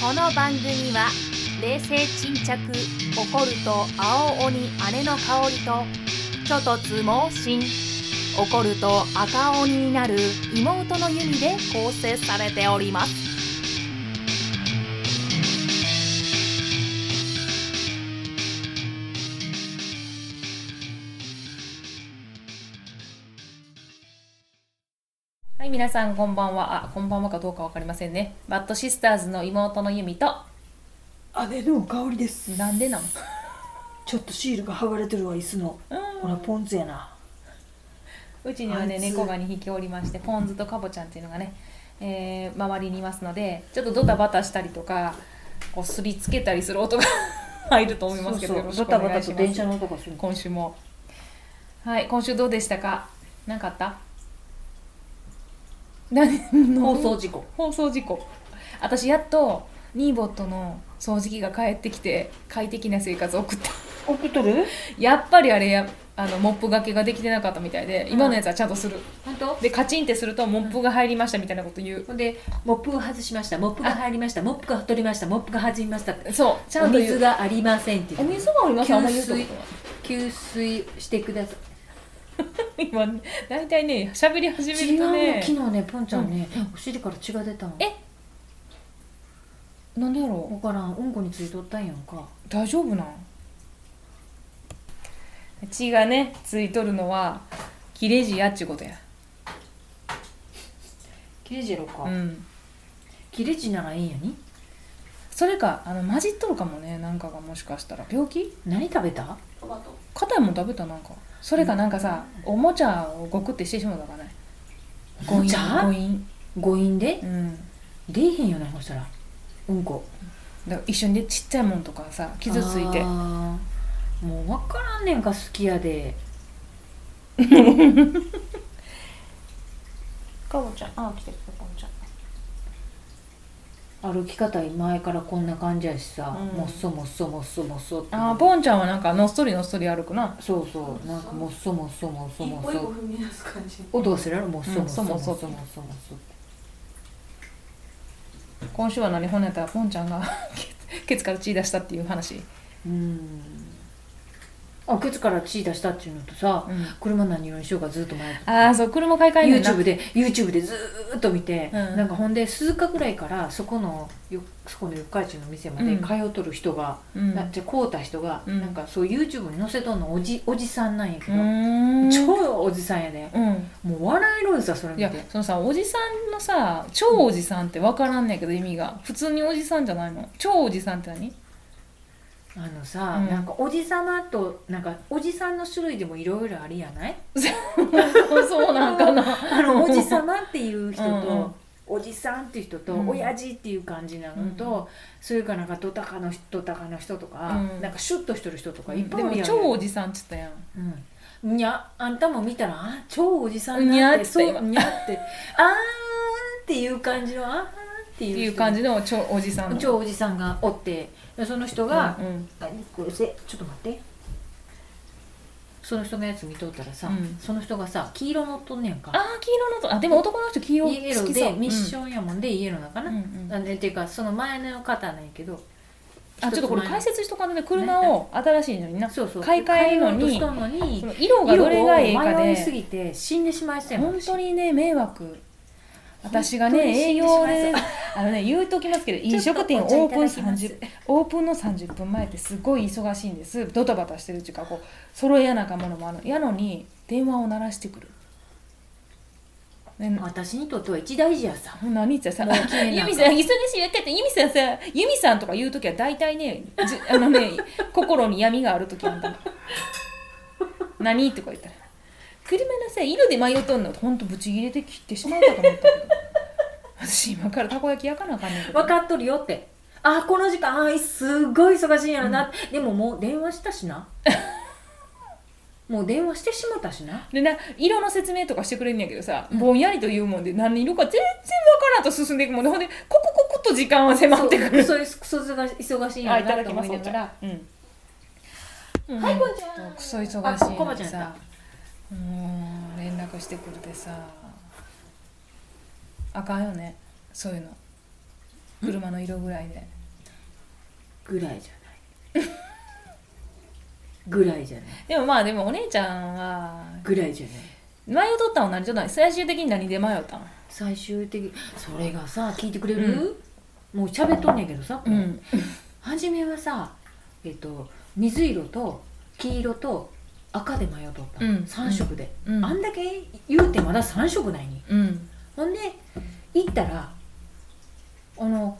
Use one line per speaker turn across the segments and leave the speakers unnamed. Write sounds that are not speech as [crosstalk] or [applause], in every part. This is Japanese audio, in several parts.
この番組は冷静沈着怒ると青鬼姉の香りと虚突猛進怒ると赤鬼になる妹の弓で構成されておりますはい皆さんこんばんはあこんばんはかどうかわかりませんねバッドシスターズの妹の弓と
姉の香りです
なんでなん
ちょっとシールが剥がれてるわ椅子のほらポン酢やな
うちにはね
あいつ
猫が2匹おりましてポン酢とカボちゃんっていうのがね、えー周りにいますのでちょっとドタバタしたりとかこうすりつけたりする音が [laughs] 入ると思いますけど
そうそうドタバタと電車の音がする
今週もはい今週どうでしたかなかった何の
[laughs] 放送事故
放送事故私やっとニーボットの掃除機が帰ってきて快適な生活を送った
送っとる
やっぱりあれやあのモップがけができてなかったみたいで今のやつはちゃんとする、
本当
でカチンってするとモップが入りましたみたいなこと言う、
ほんでモップを外しましたモップが入りましたモップが取りましたモップが弾みましたって
そうちゃ
お
んと言う
水がありませんって
お
言って
水がありますあんま言うとこ
給給水してくださ
[laughs]
い
今大体ね喋り始め
違
る
う
と
の
ね
昨日ねポンちゃんね、お尻から血が出たん
えなんでやろ
分からんうんこについとったんやんか
う大丈夫なん血がねついとるのは切れ字やっちゅうことや
切れ字やろか、
うん
切れ字ならいいんやに
それかあの混じっとるかもねなんかがもしかしたら病気
何食べた
硬いもん食べたなんかそれかなんかさ、おもちゃをごくってしてしまうのかね
おもちゃ
誤飲
誤飲で
誤飲うん
出えへんよなそしたらうんこ
だから一緒にねちっちゃいもんとかさ傷ついて
あーもう分からんねんか好きやで
かぼちゃんあ来てるかぼちゃん
歩き方前からこんな感じやしさ、
うん
もっそもっそもっそもっそって
あーポンちゃんはなんかのっそりのっそり歩くな
そうそうなんかもっそもっそもっそ
一
もっ
歩一歩
そ
踏み出す感じ
おどうするやろもっそもっそ
うん
もっそ
そ
も
も
っ
そ
そもっそもっそって
今週は何本やったらポンちゃんが [laughs] ケツケツから血出したっていう話
うんあケツから血出したっていうのとさ、
うん
車何色にしようかずっと迷って
ああそう車買い替えんねんな
YouTube で YouTube でずーっと見て、
うん
なんかほんで鈴鹿ぐらいからそこのよそこの四日市の店ま
う
で
ん
通うとる人が、
うん
なじゃあ買うた人が、
うん
なんかそう YouTube に載せとんのおじおじさんなんやけ
う
ど、
ーん
超おじさんやで、
うん
もう笑えるんさそれ
い
見
や
て
そのさおじさんのさ超おじさんって分からんねんけど意味が普通におじさんじゃないの超おじさんって何
あのさ、
うん
なんかおじさまとなんかおじさんの種類でもいろいろありやない
[laughs] そうなんかな
あのおじさまっていう人と
うんうん
おじさんっていう人と、
うん
親父っていう感じなのと、
う
それからなんかドタカの人ドタカの人とか、
うん
なんかシュッとしてる人とかいっぱい
で
おる
も
やん、
超おじさんっつったやん
うん、にゃあんたも見たらあ超おじさん
にゃー
だ
っ
っ
て
て
言った
そう
今
[laughs] にゃってあーんっていう感じのあーんって
って
い
いうう感じの超おじさん
の
の
超おじさんがおってでその人が
う、ん
あこれせちょっと待ってその人のやつ見とったらさ、
うん
その人がさ黄色のっとんねやんか
あー黄色のとあでも男の人黄色好
イエロー
き
で
そう
ミッションやもんで、イエローなんか
う
な、
んうんうん
あねっていうかその前の方なんやけど
あちょっとこれ
一つ前の
解説しとかんとね車を新しいのになそ
そうそう
買い替えるのに
買い替えようとしとんのに
の色がどれがええか
色を迷いす
で
ぎて死んでしまいそうやもん
本当にね迷惑私が
本当に
ね
死
営
んでしまいそ
業
う
であのね言うときますけど飲食店オ
ち
ー
ょっと
プ
お
ン
茶いただきます
30オープンの30分前ってすごい忙しいんですドタバタしてるっていうかこう揃えやなかものもあるやのに電話を鳴らしてくる、ね、
私にとっては一大事やさ
何言ってさ
もう綺麗な
ユミさん忙しいやっててユミさんさユミさんとか言う時は大体ねじ [laughs] あのね心に闇がある時なんだ何とか言ったら車のさ色で迷っとんのほんとブチ切れて切ってしまうかと思ったけど私今からたこ焼き焼かなあかんねんけど
分かっとるよってあこの時間あーすっごい忙しいんやろな、でももう電話したし
[laughs]
なもう電話してしもたしな
でな色の説明とかしてくれんねやけどさぼんやりと言うもんで何色か全然わからんと進んでいくもんでほんでココココと時間は迫ってくる
そういうクソ忙しいん
あい
や
た
ろな
だ
と
きま
思い
す
な
お茶
がら
うん
はいこんちゃん
クソ忙しい
あこ
の
ま
に
ちゃんや
さ
っ
もう連絡してくるでさあかんよねそういうの車の色ぐらいで
ぐらいじゃないぐらいじゃない
でもまあでもお姉ちゃんは
ぐらいじゃない
迷っとったのは何じゃない最終的に何で迷ったん
最終的それがさ聞いてくれる、もう喋っとんねんけどさ、
うん
初めはさえっ、と水色と黄色と赤で迷っとった、
うん
3色で、
うん
あんだけ言うてまだ3色ないに
うん
ほんで行ったらあの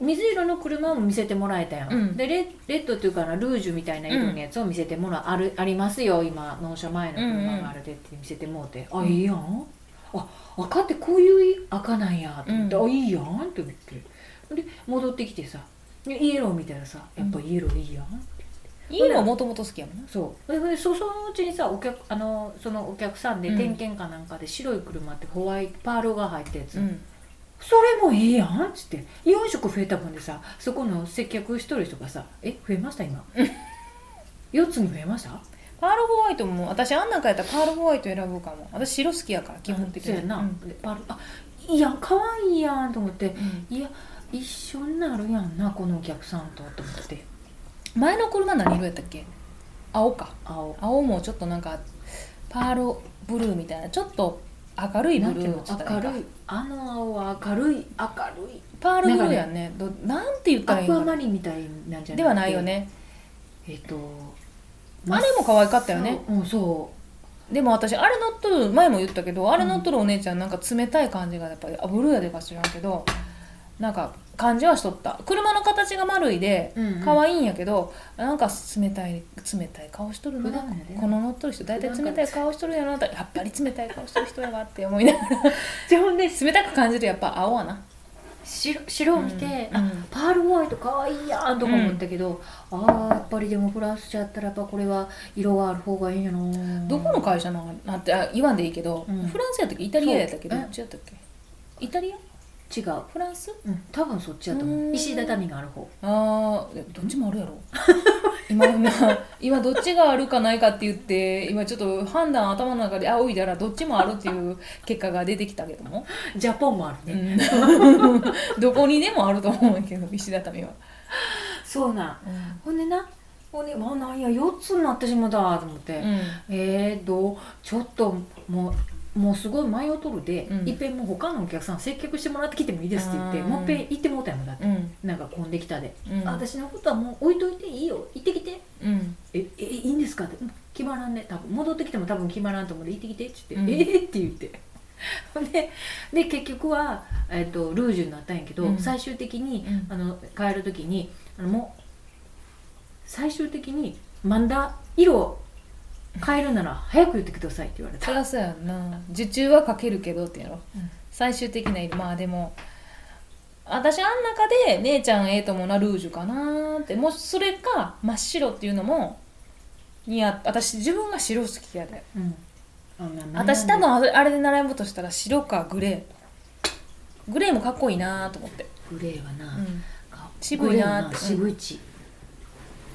水色の車も見せてもらえたやん、
うん
でレレッドっていうかなルージュみたいな色のやつを見せてもらあるありますよ今納車前の車があれでって見せてもうて、
ん
あいいやんあ赤ってこういう赤なんやと思って、
うん
あいいやんって思ってで戻ってきてさでイエロー見たらさやっぱイエローいいやん、
いいのもともと好きやもんな
そうでそそのうちにさお客あのそのお客さんで
うん
点検かなんかで白い車ってホワイトパールが入ったやつ、
うん
それもいいやんっつって4色増えたもんでさそこの接客しとる人がさ「え増えました今4つに増えました?
パールホワイトも私あんなんかやったらパールホワイト選ぶかも私白好きやから」基本的に
そうやな、
うん
でパールあいいやんかわいいやんと思って
うん
いや一緒になるやんなこのお客さんとと思って
前の車何色やったっけ青か
青
青もちょっとなんかパールブルーみたいなちょっと明るい
な
ブ
ん
ル
ていうの
ーちょっとなんか
明るいあの青は明るい明るい
パールブルーやんねどなんて言った
ア
らいい
クア
の
マリンみたいなんじゃなくて
ではないよね
えっと
あれも可愛かったよね
そううんそう
でも私あれ乗っとる前も言ったけどあれ乗っとるお姉ちゃんなんか冷たい感じがやっぱりあブルーやでか知らんけどなんか感じはしとった車の形が丸いで
うんうん
可愛いんやけど、なんか冷たい冷たい顔しとる
普
な
段やで
この乗っとる人大体冷たい顔しとるやなとやっぱり冷たい顔しとる人やわって思いながら
じゃあほんで
冷たく感じるやっぱ青はな
白白を見て、
うん
あ
うん
パールホワイトかわいいやんとか思ったけど、ああやっぱりでもフランスじゃったらやっぱこれは色がある方がいいんやな
どこの会社なんなんてあ言わんでいいけど、
うん
フランスやったっけイタリアやったっけど
そう
っちやったっけイタリア
違う、
フランス
うん、多分そっちやと思
う
うん石畳がある方
あーえどっちもあるやろ [laughs] 今今今どっちがあるかないかって言って今ちょっと判断頭の中で仰いだらどっちもあるっていう結果が出てきたけども、
ジャポンもあ
う
るね、
ん [laughs] どこにでもあると思うんやけど石畳は、
そうなん
う
ほんでなほんでまあなんや4つになってしまったと思って、
ん
えー、どうちょっともうもうすごい迷うとるで、
うん
いっぺんもう他のお客さん接客してもらってきてもいいですって言って
あー
もういっぺん行ってもうたやもんだって、
うん
なんか混んできたで、
うん
あ私のことはもう置いといていいよ行ってきて
うん
ええいいんですかってうん決まらんね多分戻ってきても多分決まらんと思うんで行ってきてって言って、
う
え
ん
えって言って [laughs] ほんでで結局は、えっとルージュになったんやけど、
うん
最終的に、
うん
あの帰る時にあのもう最終的に「マンダ色を変えるなら早く言ってください」って言われ
そ
た
りゃそうやんな受注はかけるけどってやろ、
うん
最終的なまあでも私あん中で姉ちゃんええともなルージュかなーってもしそれか真っ白っていうのも似合っ私自分が白好きやで
うんあななん
私多分あれあれで習い事したら白かグレーグレーもかっこいいなーと思って、
グレーはな、
うん
かっこ
渋いなって
渋いち、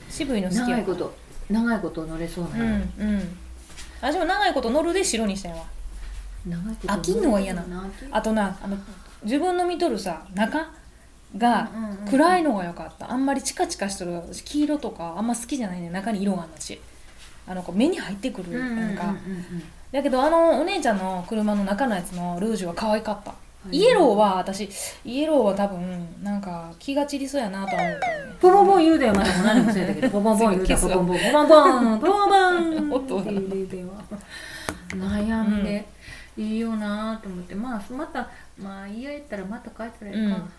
渋いの好きや
長いこと長いこと乗れそうな
うん
や、
うん私も長いこと乗るで白にしたんやわ
長いこと
飽きんのが嫌な
乗れそうな
あとなあの自分の見とるさ中が
うんうんうん
暗いのが良かったあんまりチカチカしとる私黄色とかあんま好きじゃないね中に色があんのしあのこう目に入ってくるなんか、だけどあのお姉ちゃんの車の中のやつのルージュは可愛かった、
い
イエローは私イエローは多分なんか気が散りそうやなとは思ったよね
ポボボン言うだよ、まだもう何もせんだけど、ポボボン言うだよ、
す
ポ
ぐ
ボボン、ポボボン、ポボボン。
音が
言うだよ悩んで、いいよなと思って、まあ、また、まあ、嫌やったら、また帰ったらいいか。
うん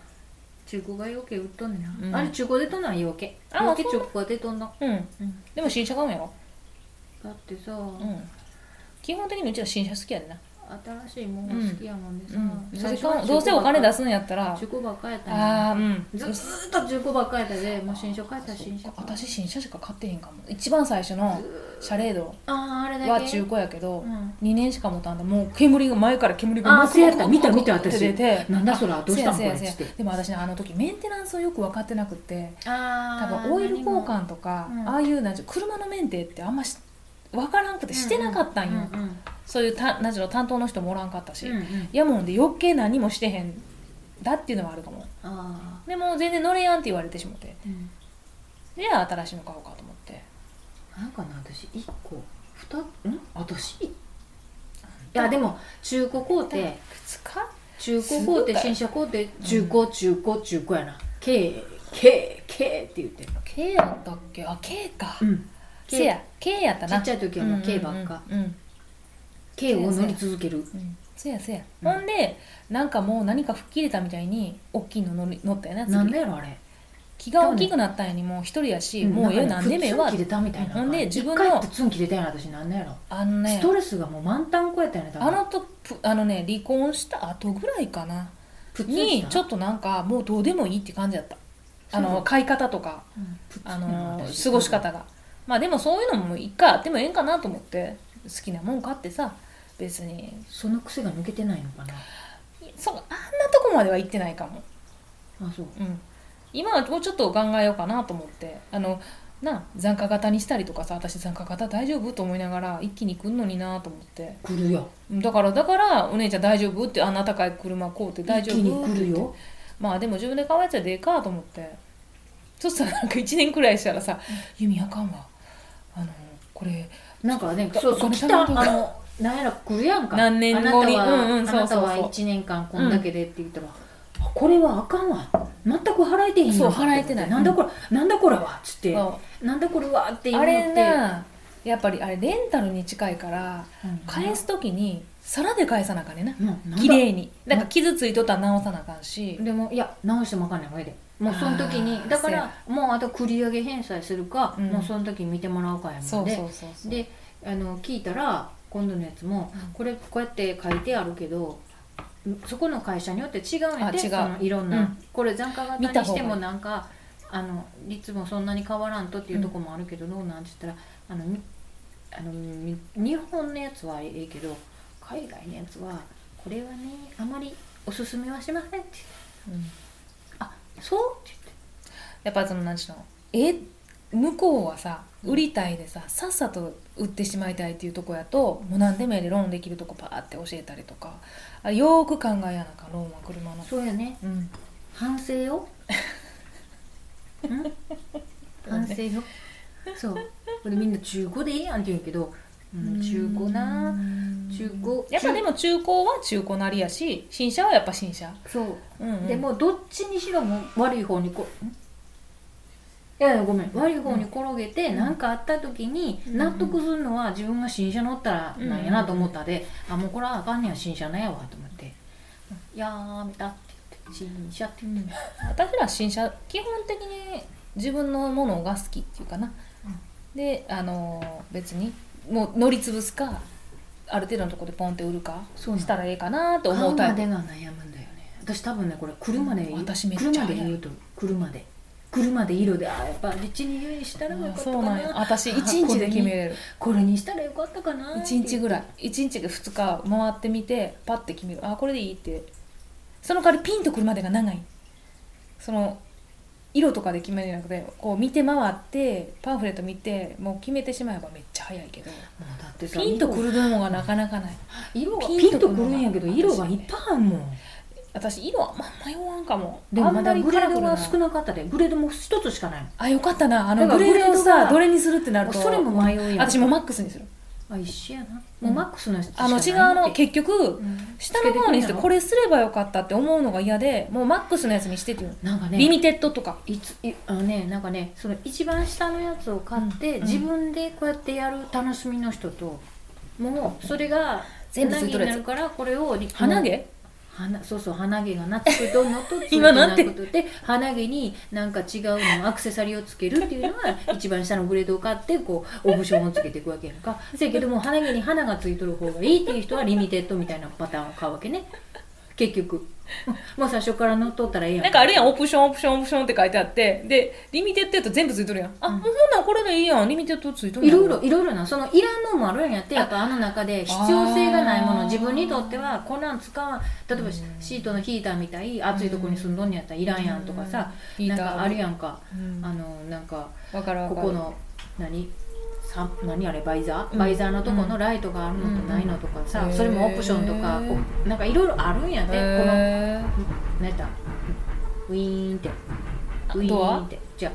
中古がよけ売っとんねんな、
うん
あれ中古でとんなんよけ
あ
よけ
そうな
中古でとんの、
うん
うん、
でも新車買うんやろ
だってさ、
うん基本的にうちは新車好きやでな、
新しいもん好きやもんでさ、
うん、ど
最
う
初
せ
は
かどうせお金出
中
すんやったら
古ばっかやったん
ああ
や
うん
ずーっと中古ばっかやったでもう新車買えたら新車買う
私新車しか買ってへんかも一番最初のシャレード
あああれだけ
は中古やけど、
うん
2年しか持たんだもう煙が前から煙が
あー
もくもく
せやった
もくもく
見た見た
って
私
出て
なんだそら
あ
どうしたん
せや
これ
せやせや
つって
でも私ねあの時メンテナンスをよく分かってなくって
あ
多分オイル交換とか、
何もうん
ああいうなんちゅう車のメンテってあんまし分からんくてしてなかったんよ、
うんうん
そういうたなんちゅうの担当の人もおらんかったし、
うんうん
やもんで余計何もしてへんだっていうのはあるかも
あ
でも全然乗れやんって言われてしもて
ーうん
じゃあ新しいの買おうかと思って
なんかな私1個2ん私いやでも中古工程
靴か
中古
す
工
ご
程
い
新車工程中古中古中古やな K K K って言ってる
K やったっけあ K か、
うん
せや K やった
ち
な
っちゃい時はもう K ばっか
うんうんうん
K を乗り続ける
うんせやせや、
うん
ほんでなんかもう何か吹っ切れたみたいに大きいの乗り乗ったよな次
なんでやろあれ
気が大きくなったんやにもう一人やし、もうええなんで目は
ツン切れたみたいな
ほんで自分の
一回ってツン切れたやな私なんでやろ
あの
ス
ね
トレスがもう満タン超えたよね多分
あのとぷあのね離婚した後ぐらいかな
プツンし
に
た
ちょっとなんかもうどうでもいいって感じだったあ
そ
の
う
買い方とか
うんプツン
あの
私
過ごし方がまあでもそういうのも一回あってもええんかなと思って好きなもん買ってさ別に
その癖が抜けてないのかな
そうあんなとこまでは行ってないかも
あそう
うん、今はもうちょっと考えようかなと思ってあのな残価型にしたりとかさ私残価型大丈夫と思いながら一気に来んのになと思って
来るよ
うんだからだからお姉ちゃん大丈夫ってあんな高い車こうって大丈
一気
夫
に来る
って
よ
まあでも自分で買うやつはでえかと思ってそしたらなんか1年くらいしたらさ「弓あかんわあのこれ
なんかね
が
そうそう
が
来
が
たあのなんやら来るやんか
何年後に
あなたは,、
うんうんそうそうそう
あなたは1年間こんだけでって言ったら、あこれはあかんわ全く払えてへんやんか
そう払えてない
なんだこれ、なんだこれはっつって
そ
なんだこれはって言
う
う
あ
のって
れなやっぱりあれレンタルに近いから
うん
返す時に皿で返さなあかんねんな
うんなんだ
綺麗になんか傷ついとったら直さなあかんし
でもいや直してもあかんないわけでもうその時
あ
に
ー
だか
そうや
らもうあと繰り上げ返済するか、
うん
もうその時見てもらうかや
そ
もん
う
で
そうそうそう
であの聞いたら今度のやつも、
うん
これこうやって書いてあるけどそこの会社によって違うんや
あ
で
違う
そのいろん
う
な、
ん
これ残価
見
型
た
に
方
し
がい
て
い
もなんかあの率もそんなに変わらんとっていうとこもあるけど、どうなんって言ったらあのみあのみ日本のやつはええけど海外のやつはこれはねあまりおすすめはしませんって
うん
あそうって
やっぱその何しろえ向こうはさ売りたいでささっさと売ってしまいたいっていうとこやともう何でもやでローンできるとこパーって教えたりとかあよーく考えやなあかんローンは車の
そうやね
うん
反省よん反省よそうこれみんな中古でいいやんって言うけど、うん、中古な中古
やっぱでも中古は中古なりやし新車はやっぱ新車
そう、
うんうん
でもどっちにしろもう悪い方にこんいやいやごめん悪い方に転げて
ん
何、なん、かあった時に
うん
納得するのは自分が新車乗ったらなんやなと思ったで、あもうこれはあかんねや新車なんやわと思って「やめた」って言って「新車」って言って。
私ら新車基本的に自分のものが好きっていうかな、
うん
であの別にもう乗り潰すかある程度のところでポンって売るか
そうなの
したらええかなと
買
思
う
うタ
ま
イプ
でが悩むんだよね私多分ねこれ車で、
うん私めっちゃ
車で
早い
言うと車で車で色であやっぱリッチに言うにしたらよかっ
あ
た
そう
か
なん
な
や私1日で決めれる
これにしたらよかったかな
1日ぐ
らい
らい1日か2日回ってみてパッて決めるあこれでいいってその代わりピンとくるまでが長いその色とかで決めるんじゃなくてこう見て回ってパンフレット見てもう決めてしまえばめっちゃ早いけど
もうだってさ
ピンとくるのがなかなかない
色が
ピン
ピン
と
と
くる
くるんやけど
のが
色がいっぱいあるもん
私色はあんま迷わんかも
でも
あ
ま
ん
だ
ま
グレード
カラ
が
フルな
少なかったでグレードも一つしかないもん
あよかったなあ
だ
の
から
グレード
グレ
を
ード
さ
が
どれにするってなると
それも迷うやん
私もマックスにする
あ一緒やな
うん
もうマックスのしかな
あ
い
の
って
違うの結
う
局
ん
下
つけて
の方にして
くれないの
これすればよかったって思うのが嫌でもうマックスのやつにしてっていうの
なんかね
リミテッドとか
いついあのねなんかねその一番下のやつを買って、
うん
自分でこうやってやる楽しみの人ともうそれが
全部つい
に
とるや
な
つ
るからこれをり
鼻
もう
毛
鼻そうそう鼻毛がなつくとのとつ
[laughs] 今なんて
くとで鼻毛になんか違うのアクセサリーをつけるっていうのが一番下のグレードを買ってこうオプションをつけていくわけやんかせやけども鼻毛に花がついとる方がいいっていう人はリミテッドみたいなパターンを買うわけね結局 [laughs] もう最初から乗っとったらええやん
なんかあるやんオプションオプションオプションって書いてあってでリミテッドやと全部ついとるやんあ、
うん
もうほんなんこれでいいやんリミテッドついとる
い
やん
ろいろいろいろなそのいらんのもあるんやってやっぱあの中で必要性がないも
あー
の自分にとってはこんなん使わん例えばシ
うん
シートのヒーターみたい暑いとこに住んどんのやったらいらんやんとかさ
うん
なんかあるやんか
うん
あのなんか
わかるわか
こ
る
この何さ何あれバイザ
う
ー
ん
バイザーのとこのライトがあるのとないのとか
う
さ
ん
それもオプションとか
へー
こうなんかいろいろあるんやでこの
へー
何やったウィーンって
あ
ウィ
ド
ーン
ア
ってじゃ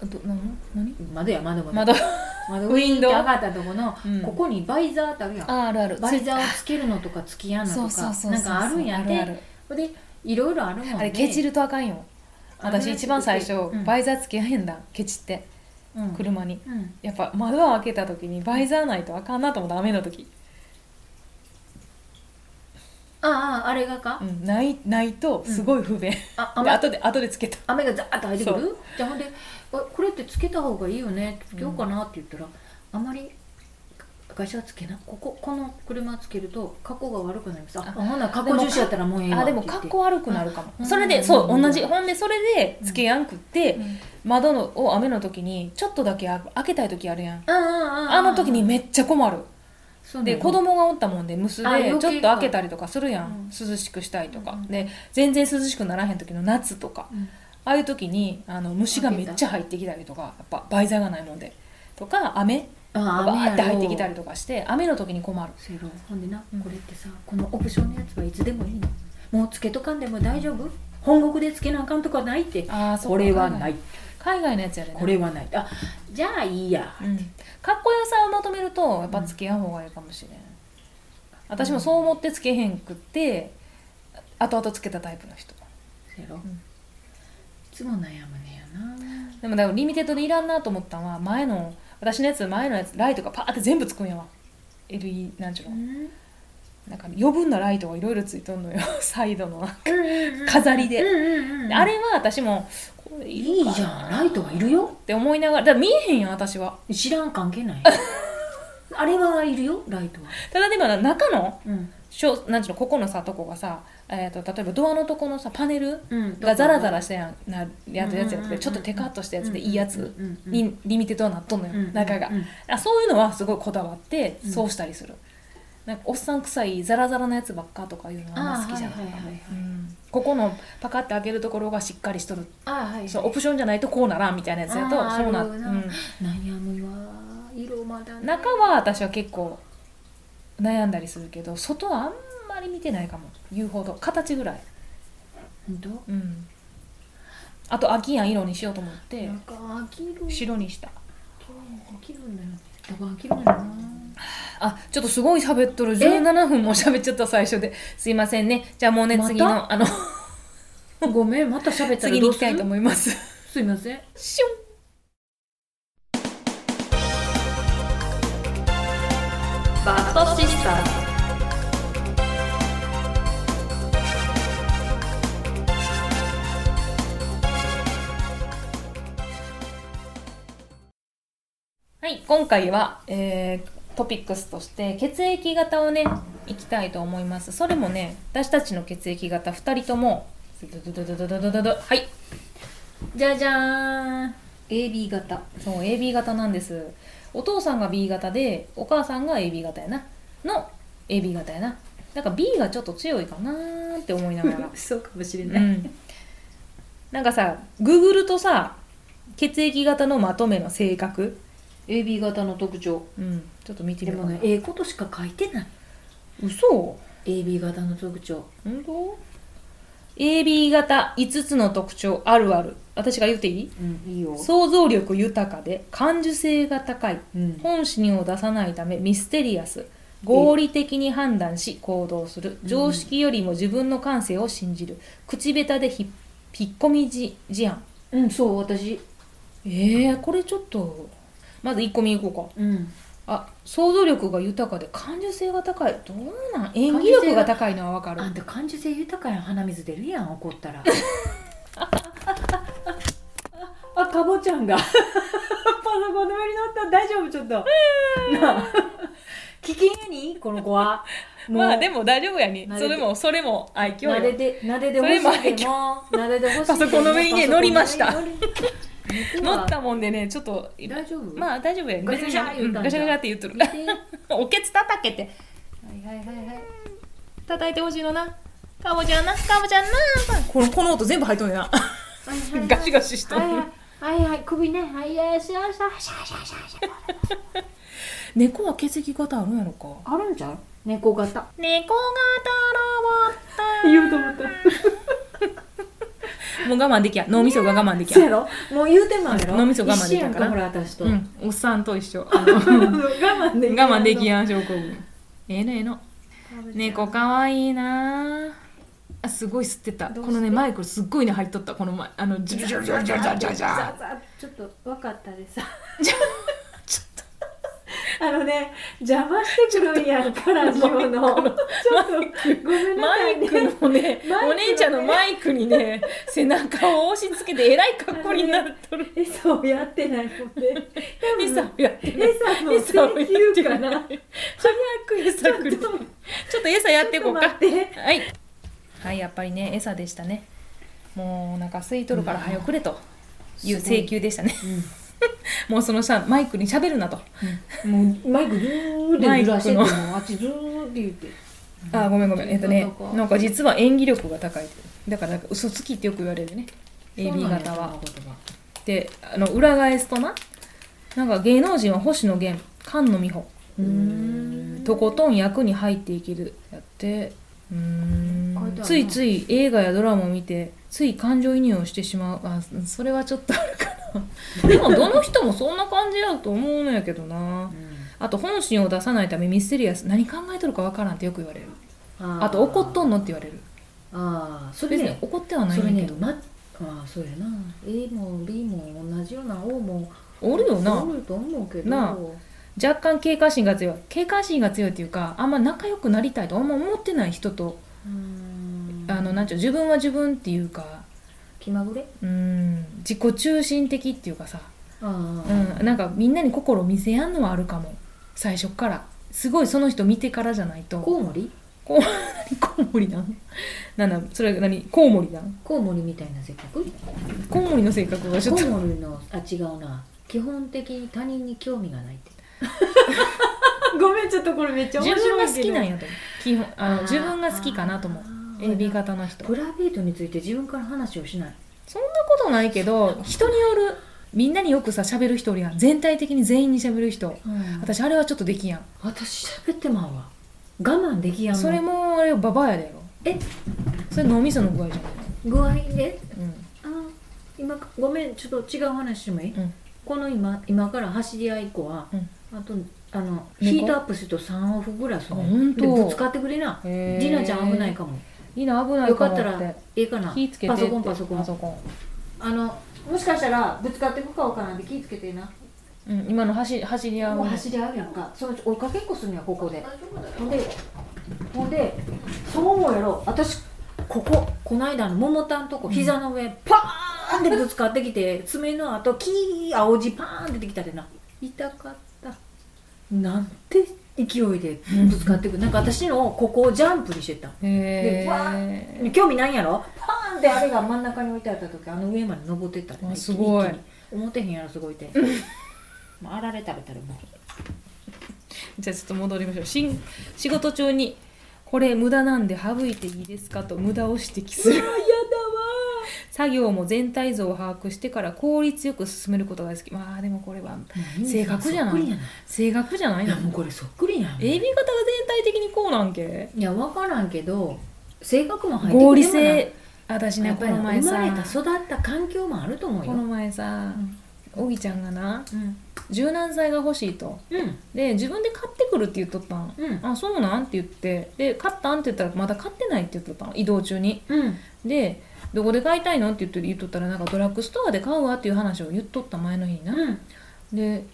あ
どな何
窓や窓窓
窓
窓
ウィンドウ
上がったとこの、
うん
ここにバイザーってあるやん
ああるある
バイザーをつけるのとかつきやんの
そう
と
そう
か
そうそう
なんかあるんや
あ
っ
るあ
て
る
でいろいろあるもんね
あれケチるとあかんよ私一番最初、
うん
バイザーつけへんだケチって
うん
車に
うん
やっぱ窓を開けた時にバイザーないとあかんなと思った雨の時、
あああれがか、
うん、ないないとすごい不便、
あ雨
で後で後でつけた
雨がザーッと入ってく
そ
るじゃあほんであこれってつけた方がいいよねつけようかなって言ったら、あまり会社はつけなこここの車つけると格好が悪くなりますあ
あ
ほんなら格好重視やったらもうええわ
あ
って
で
言
も
って
格好悪くなるか
あ
もそれでそう
うん
同じほんでそれでつけやんくって、
うん
窓のを雨の時にちょっとだけあ開けたい時あるやん
うんうんうんうん
あの時にめっちゃ困る
そう
で子供がおったもんでむす
あ
で
余
ちょ
計
っと
か
開けたりとかするやん、涼しくしたいとか、で全然涼しくならへん時の夏とか、
うん
ああいう時にあの虫がめっちゃ入ってきたりとかやっぱバイザーがないもんでとか雨
あ
バーって入ってきたりとかして雨の時に困る
せやろほんでな、
うん
これってさこのオプションのやつはいつでもいいのもうつけとかんでも大丈夫本国でつけなあかんとかないって
あーそう
これはない
海外のやつやでね
これはないあじゃあいいや
うん、かっこよさを求めるとやっぱつけやん方がいいかもしれん、私もそう思ってつけへんくって後々つけたタイプの人
せやろ、
ん
いつも悩むねやな
でもだからリミテッドでいらんなと思ったのは前の私のやつ前のやつライトがパーって全部つくんやわ LED なんちゅうの
ん
なんか余分なライトがいろいろついとんのよサイドの飾
飾
り
り
で
で、
あ
あれ
れは私もこれい
い
るか
いじゃんライトはいるよ
って思いながらだから見えへんやん私は
知らん関係
[laughs]
ないあれはいるよライトは、
ただでもな中の
うん
しょなんちゅうのここのさとこがさ、えー、と例えばドアのとこのさパネル
うん
がザラザラしたやんなやつ
うんうんう
やつや
ん
つ
うん
でちょっとテカッとしたやつでいいやつ
うんうんうん
にリミテッドはなっとんのよ、
うん
中が、
うん
あそういうのはすごいこだわって
うん
そうしたりする、なんかおっさん臭いザラザラのやつばっかとかいうのはあんま好きじゃなかっ
あー
た
はいはいはいはい
うんここのパカッて開けるところがしっかりしとる、
あーはい
そうオプションじゃないとこうならんみたいなやつやと
あー
そうな
あるな
うん
悩むわ色まだね
中は私は結構悩んだりするけど外はあんまり見てないかも言うほど形ぐらい
本当
うんあと秋やん色にしようと思って
なんか飽きる
白にした
飽きるんだよねだから飽きるんだよな
あちょっとすごい喋っとる17分も喋っちゃった最初ですいませんねじゃあもうね
また
次のあの
ごめんまた喋ったら
[laughs]
どう
次に行
す
き
る
たいと思います
すいません
シュン
バッドシスター
はい、今回は、えートピックスとして血液型をねいきたいと思いますそれもね私たちの血液型2人ともドドドドドドドドドはい
じゃじゃーん AB 型
そう AB 型なんですお父さんが B 型でお母さんが AB 型やなの AB 型やなだから B がちょっと強いかなーって思いながら
そうかもしれ
う、んなんかさグーグルとさ血液型のまとめの性格、
AB 型の特徴
うん、ちょっと見てみ
で
よう
も
かな
ねええことしか書いてない
嘘
AB 型の特徴
本当 AB 型5つの特徴あるある私が言っていい
うんいいよ
想像力豊かで感受性が高い
うん
本心を出さないためミステリアス合理的に判断し行動する
うん
常識よりも自分の感性を信じる口下手でひ引っ込みじ事案
うんそう私
えー、これちょっとまず1個目いこうか
うん
あ想像力が豊かで感受性が高いどうなん演技力が高いのはわかる
あんた感受性豊かやん鼻水出るやん怒ったら [laughs] あかぼちゃんが [laughs] パソコンの上に乗った大丈夫ちょっとなあ危険やにこの子はもう、
[laughs] まあでも大丈夫やに
慣れて
それもそれも愛嬌
なで
よ
てなでてほし
それ
い
も
でもなでてほしい
パソコンの上にね乗りました [laughs] 乗
乗っ
っ
た
たもんでねちょっと
大丈夫
ま
あ
あ大丈夫や
ガシャガシャ
別にうんガシャガシャって言っとるおけつ叩けて
はいはいはいはい
叩いてほしいのなかぼちゃんなかぼちゃんなこのこの音全部入っとんねんなガシガシしとる
はいはいはいはい首ねはいよしよしよしよしよしよし
猫は血液型あるんやろか
あるんちゃう猫
[laughs]
型
猫型ロ
言
ボット
うと思った
もう我慢できやん脳みそが我慢でき
そう
や
や
ん
ろもう言うてまうやろ
脳みそ我慢でき
一緒や
た
ん
か
からほら私と、
うんおっさんと一緒あ [laughs]
[laughs]
の
我慢でき
我慢でき
ん
やん症候群ええのええの猫かわいいなああすごい吸ってた
どうして
このねマイクすっごいね入っとったこの前あのジュルジュルジュルジュルジュルジュルジュル
ちょっと分かったでさ
ちょちょっと
あのね邪魔してくるんやんからジオのちょっとごめんな
マ
さい
イ
ね
クのね
マイクのね
お姉ちゃんのマイクにね背中を押し付けてえらい格好になっとる
餌をやってないので多分
餌をやってない
餌の
餌をやっ
請
て
求か
ない
な
早く餌くれ
ちょっと
ちょっと餌やっていこう
ちょ
か
っと待って
はいはいやっぱりね餌でしたねもうお腹空いとるから早くれという請求でしたね [laughs] もうそのさマイクに喋るなと
もうマイクずーってずらしてても
マイク
あっちずーって言って
あーごめんごめんえっとね
そうか
なんか実は演技力が高いだからなんか嘘つきってよく言われるね AB
そうなん
型は
やそんなことが
であの裏返すとななんか芸能人は星野源菅野美穂
うーん
とことん役に入っていけるやってうー
書い
ん
てあるな
ついつい映画やドラマを見てつい感情移入をしてしまうあそれはちょっとあるかなでもどの人もそんな感じだと思うのやけどなあと本心を出さないためミステリアス何考えとるかわからんってよく言われるあと怒っとんのって言われる
あーそれ
別に
ね
怒ってはない
それ
んだ
ね
けど、
まああそうやな A も B も同じような O も
おるよな
おると思うけど
なあ若干警戒心が強い警戒心が強いっていうかあんま仲良くなりたいとあんま思ってない人と
うーん
あのなんちゅう自分は自分っていうか
気まぐれ
うん自己中心的っていうかさ、
ああ
うん、なんかみんなに心を見せやんのはあるかも最初っからすごいその人見てからじゃないと
コウモリ
こう何コウモリなんなんだそれ何コウモリなん
コウモリみたいな性格
コウモリの性格がちょっ
コ
と
ウモリのあ違うな基本的に他人に興味がないってごめんちょっとこれめっち
自分が好きなんやと思う基本あ
あ
の
ー
自分が好きかなと思う
あー
AB 型の人
プライベートについて自分から話をしない
そんなことないけど人によるみんなによくさ喋る人おるやん全体的に全員に喋る人
私
私あれはちょっとできやん
私喋ってまうわ我慢できやんの
それもあれババアやでやろ
え
それ脳みその具合じゃない
具合で
うん
あー今ごめんちょっと違う話してもいい、
うん
この今今から走り合い以降は、
うん
あとあの
猫
ヒートアップすると3往復ぐらいする
あほん
ね
と
でぶつかってくれな
へー
りなちゃん危ないかも
いいな危ない
よか
かも
っ
ったて
らええかな
火つけて
パ
って
ソコンパソコンあのもしかしたらぶつかってくかわからんで気ぃつけてな
うん、今の走り走り屋
もう
は
走り合うやんかそのうち追いかけっこするんやここでほんでほんでそう思うやろ私こここないだのももたんとこ膝の上、パーンってぶつかってきて爪の後キー青じパーン出てきたでな痛かったなんて勢いでぶつかってくるなんか私のここをジャンプにしてた
へ
でわ
え
興味ないんやろパーンってあれが真ん中に置いてあった時あの上まで登ってったでね
あすごい
一気に思ってへんやろすごいってもうあられ食べたらもう
じゃあちょっと戻りましょうしん仕事中にこれ無駄なんで省いていいですかと無駄を指摘する
やだわ
作業も全体像を把握してから効率よく進めることが好きまあでもこれは性格じゃない
そっくりや
正確じゃない
い
の
やもうこれそっくりやん
AB 型が全体的にこうなんけ
いや分からんけど性格も入って
合理
くるよ
性私
な
ね
やっ
こ
ぱり
の
な
前
生
さ
まれた育った環境もあると思うよ
この前さおぎちゃんがな
うん
柔軟剤が欲しいと
うん
で自分で買ってくるって言っとったん
うん
あそうなんって言ってで買ったんって言ったらまだ買ってないって言っとったの移動中に
うん
でどこで買いたいのって言って言っとったらなんかドラッグストアで買うわっていう話を言っとった前の日にな、
うん
で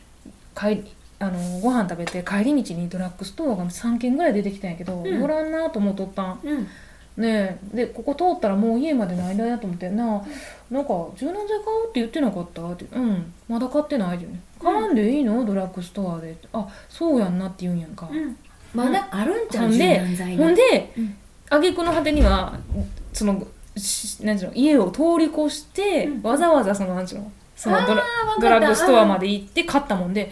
帰りあのご飯食べて帰り道にドラッグストアが3軒ぐらい出てきたんやけど、
うん
ごらんなと思っとったん
うん
ねえでここ通ったらもう家までの間やと思って「なあなんか柔軟剤買おうって言ってなかった?」って「うんまだ買ってない」って言うね「買わんでいいのドラッグストアで」あそうやんな」って言うんやんか、
うんまだあるんちゃ
ほ
うん柔
で
軟剤が
ほんで、
うん
挙句の果てにはそのしなんていうの家を通り越して、
うん
わざわざそのなんていうのそのドラ
あー
ドラッグストア
わか
ま
った
で行って買ったもんで、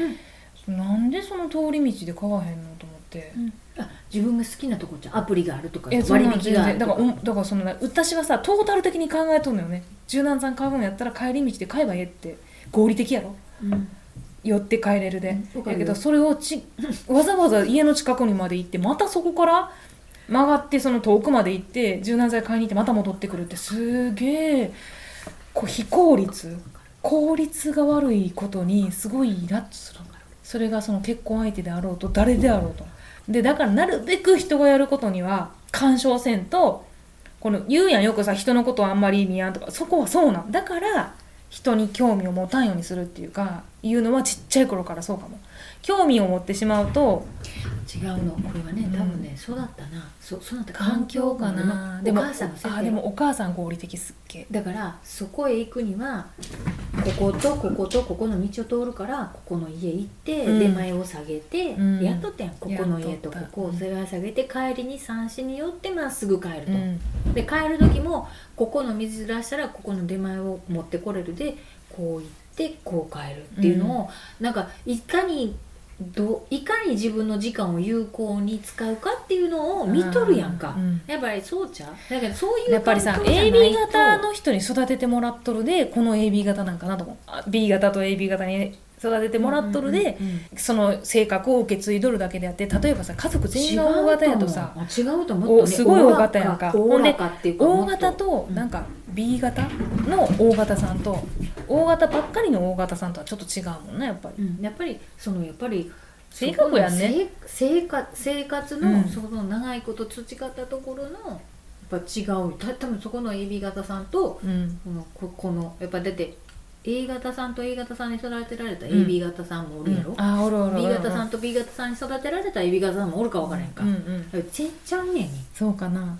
なんでその通り道で買わへんのと思って。
うんあ自分が好きなとこじゃんアプリがあるとか
いやそん
割
なん
引
全
があ
然
る
だ
と
か
から
おだからそのな私はさトータル的に考えとんのよね柔軟さん買うんやったら帰り道で買えばええって合理的やろ
うん
寄って帰れるで、
うんわか
だ
るよ
けどそれをちわざわざ家の近くにまで行ってまたそこから曲がってその遠くまで行って柔軟剤買いに行ってまた戻ってくるってすげえこう非効率効率が悪いことにすごいイラッとするそれがその結婚相手であろうと誰であろうとでだからなるべく人がやることには干渉せんとこの言うやんよくさ人のことはあんまり見やんとかそこはそうなんだから人に興味を持たんようにするっていうかいうのはちっちゃい頃からそうかも興味を持ってしまうと
違うのこれはね
うん
多分ね、育ったなそ育った環境かな
で
お
も
母さんの設定
あでもお母さん合理的すっげえ
だからそこへ行くにはこことこことここの道を通るからここの家行って、
うん
出前を下げて、
うん
やっとったやんここの家と
や
こ
っとった
こを世話下げて帰りに三子に寄ってまっすぐ帰ると、
うん
で帰る時もここの水出したらここの出前を持ってこれるでこう行ってこう帰るっていうのを、なんかいかにどいかに自分の時間を有効に使うかっていうのを見とるやんか、
うん
やっぱりそうちゃうだけどそういう
やっぱりさ
環境じゃないと
AB 型の人に育ててもらっとるでこの AB 型なんかなと思うあ B 型と AB 型に育ててもらっとるで、
うんうんうん
その性格を受け継いどるだけであって例えばさ家族全員
違う
が
と思う
O 型やとさ
あ違うと思ったね
おすごい大型やんか
大型っていうか
O 型となん
か
か B 型の O 型さんと O 型ばっかりの O 型さんとはちょっと違うもんなやっぱり。
やっぱりそのやっぱり
性格やんね
そこの生生活生活
う
の
ん
その長いこと培ったところのやっぱ違うた多分そこの AB 型さんと
うん
このここのやっぱだって A 型さんと A 型さんに育てられた
うん
AB 型さんもおるやろ、
あーおるおるおる
B
おる
型さんと B 型さんに育てられた AB 型さんもおるか分からへんか、
うんうん、
全然ちゃうねんね、
そうかな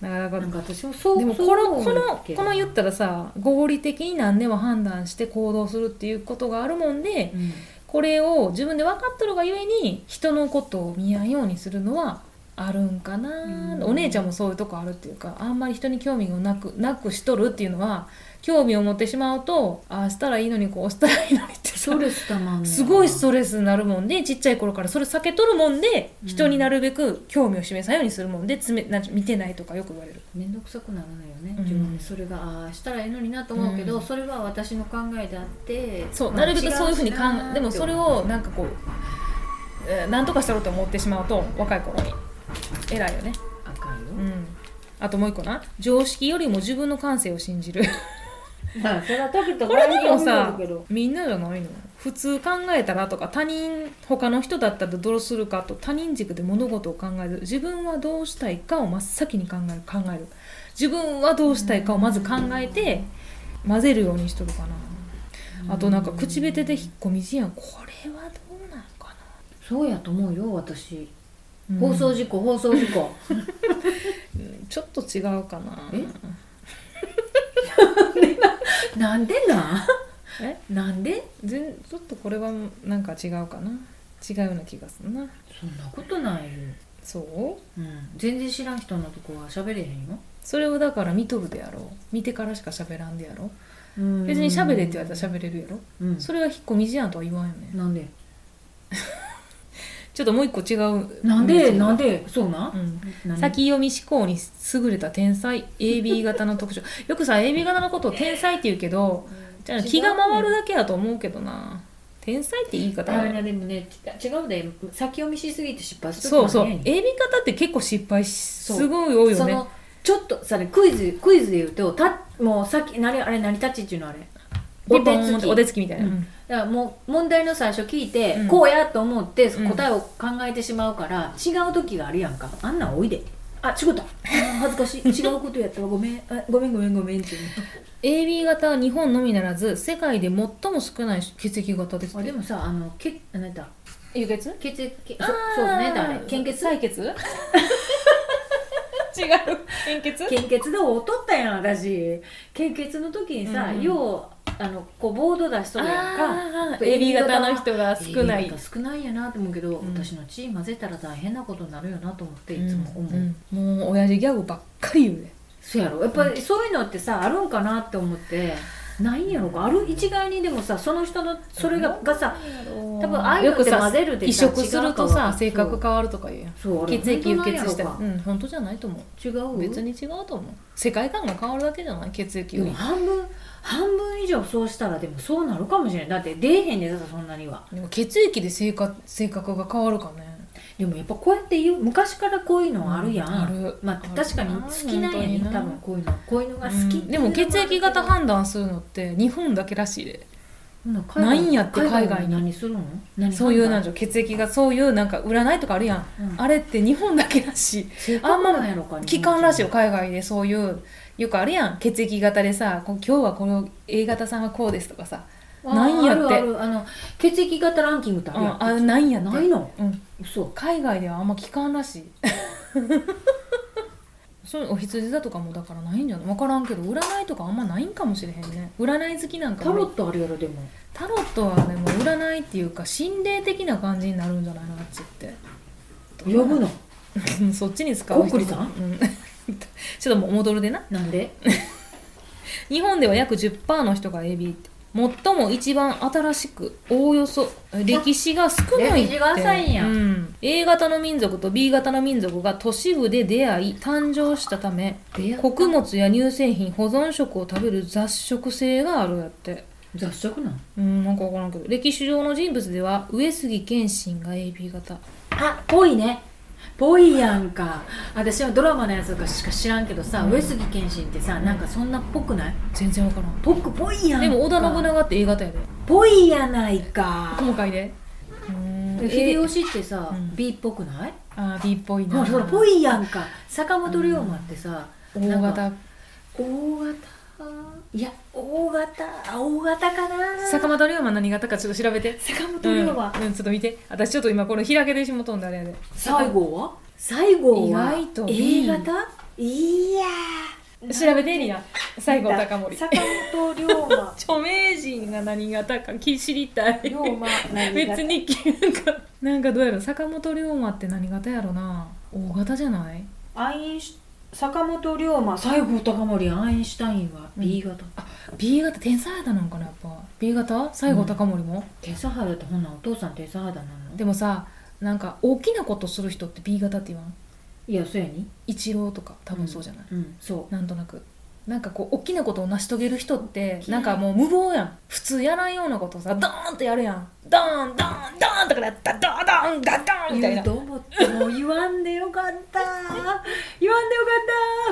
だからこ
う、
うん
なんか私もそう
でも
そう
この
思う
この
けど
この言ったらさ合理的に何でも判断して行動するっていうことがあるもんで
うん
これを自分で分かっとるがゆえに人のことを見やんようにするのはあるんかな、
うん
お姉ちゃんもそういうとこあるっていうかあんまり人に興味がなくなくしとるっていうのは興味を持ってしまうとああしたらいいのにこうしたらいいのにって
ストレスたまんねんな
すごいストレスになるもんでちっちゃい頃からそれ避けとるもんで
うん
人になるべく興味を示さんようにするもんでつめなん見てないとかよく言われる。
面倒くさくなるのよね、
うん
自分でそれがああしたらええのになと思うけど、
うん
それは私の考えであって
そう
まあ
なるべくそういうふうに考
違なーっ
え
て
でもそれをなんかこう、えー、なんとかしたろうと思ってしまうと若い頃に偉いよね
あかんよ、
うんあともう一個な常識よりも自分の感性を信
[laughs]
じる
まあそれは食べた
これでもさ
場合によるけ
みんなじゃないの普通考えたらとか他人他の人だったらどうするかと他人軸で物事を考える自分はどうしたいかを真っ先に考える考える自分はどうしたいかをまず考えて混ぜるようにしとるかな
ど
あとなんか口下手で引っ込み思案これはどうなんか
そうやと思うよ私、
な、
放送事故放送事
[laughs]
故
うんちょっと違うかな
えなんでな
え
なんで
全ちょっとこれはなんか違うかな違うような気がするな
そんなことないよ、
そう
うん、全然知らん人のとこは喋れへんよ
それをだから見とるでやろう見てからしか喋らんでやろう
別
別に喋れって言われたら喋れるやろ
うん、
それは引っ込み思案とは言わんよね
なんで
ちょっともう一個違う
なんでなん
で、
でそうな
う、ん、
何
先読み思考に優れた天才 AB 型の特徴 [laughs] よくさ AB 型のことを天才って言うけどじゃあ気が回るだけやと思うけどな天才って言い方
あれねでもね違うんだよ先読みしすぎて失敗した
そうそう
ね
AB 型って結構失敗し
う
すごい多いよ
そ
ね
のちょっとさねクイズクイズで言うとたもうさっき何あれ何タッチっていうのあれ
お手つきお手
つき
つきみたいな、
うんだからもう問題の最初聞いて、
うん
こうやと思って
うん
答えを考えてしまうから、違う時があるやんかあんなんおいであ違ったあー恥ずかしい違うことやったわごめんあごめんごめんごめんって言
AB 型は日本のみならず世界で最も少ない血液型です
うあでもさあのけあなんだ
輸
[laughs]
血
血液けそそうねだから献血
採血違う献 [laughs] 血
献血で劣ったやん私献血の時にさ、
うん
ようあのこうボード出しとるやんか
あー AB 型の人が少ない
AB 型少ないやなと思うけど、
うん
私の血混ぜたら大変なことになるよなと思っていつも思う、
うんうんもう親父ギャグばっかり言うで
そうやろやっぱりそういうのってさあるんかなって思ってないんやろかある一概にでもさその人のそれががさ多
多
分ああいうのって混ぜるで
移
さ
植するとさ
違
性
うか
格変わるとか言うやん
そうあれ
血液輸
本当なんや
血
ろ
したら
か
うん本当じゃないと思う
違う
別に違うと思う世界観が変わるだけじゃない血液
で
を
も半分半分以上そうしたらでもそうなるかもしれないだって出えへんねんだからそんなには
でも血液で性格性格が変わるかね
でもやっぱこうやって言う昔からこういうのあるやん、
うんある
まあ
ある
確かに好きなんやね
本当にな
多分こういうのこういうのが好き、
でも血液型判断するのって日本だけらしいでないんやって海外に
に何するの何
そういうなんじゃ血液がそういうなんか占いとかあるやん、
うん
あれって日本だけらしい
あんまなんやろか
期間らしいよ
よ
海外でそういうよくあるやん血液型でさこう今日はこの A 型さんはこうですとかさ、なんやって
あるあるあの血液型ランキングって
う
あるやん
ん、あないんやって
ないの
うん、
嘘
海外ではあんま期間らしい [laughs] そういうお羊座とかもだからないんじゃない分からんけど占いとかあんまないんかもしれへんね占い好きなんか
タロ
も
ットあるやろでも
タロットはでも占いっていうか心霊的な感じになるんじゃないのあっちって
呼ぶの
うんそっちに使う人
コックリさん
うん、 [laughs] ちょっともう戻るでな
なんで
日本では約10%の人が AB って最も一番新しくおおよそ歴史が少ないって
歴史が浅いんや
うん A 型の民族と B 型の民族が都市部で出会い誕生したため穀物や乳製品保存食を食べる雑食性があるやって
雑食なん
うんなんか分からんけど歴史上の人物では上杉謙信が AB 型
あぽいねぽいやんか私はドラマのやつとかしか知らんけどさ、
うん
上杉謙信ってさなんかそんなっぽくない
全然分からん
ぽくぽいやんか
でも織田信長って A 型やで
ぽいやないか
今回でうん
秀
A
吉ってさ、
うん
B っぽくない
あー B っぽい
ほ
な
らほらぽいやんか坂本龍馬ってさ、な
O
んか
型
大型いや大型あ大型かな
坂本龍馬何型かちょっと調べて
坂本龍馬、
うんうん、ちょっと見て私ちょっと今この開けてしもとんだあれやで
最後は最後は
意外と
A
B
型いや
調べてエリア最後高
ー
森
坂本龍馬
著名人が何型かき知りたい
龍馬何型
別になんかなんかどうやろ坂本龍馬って何型やろな O 型じゃない
アインシュ坂本龍馬西郷隆盛アインシュタインは B 型、
B 型天才肌なんかなやっぱ B 型西郷隆盛も、
手差肌ってほんなんお父さん手差肌なの
でもさなんか大きなことする人って B 型って言わん
いやそうやに
一郎とか多分そうじゃない、
うんそ
なんとなくなんかこう大きなことを成し遂げる人って
大きい
なんかもう無謀やん普通やらんようなことをさドーンとやるやんドーンドーンドーンとかやったドーンドーンドー
う
ンみた
言
いな
うと思ってもう言わんでよかった言わんでよか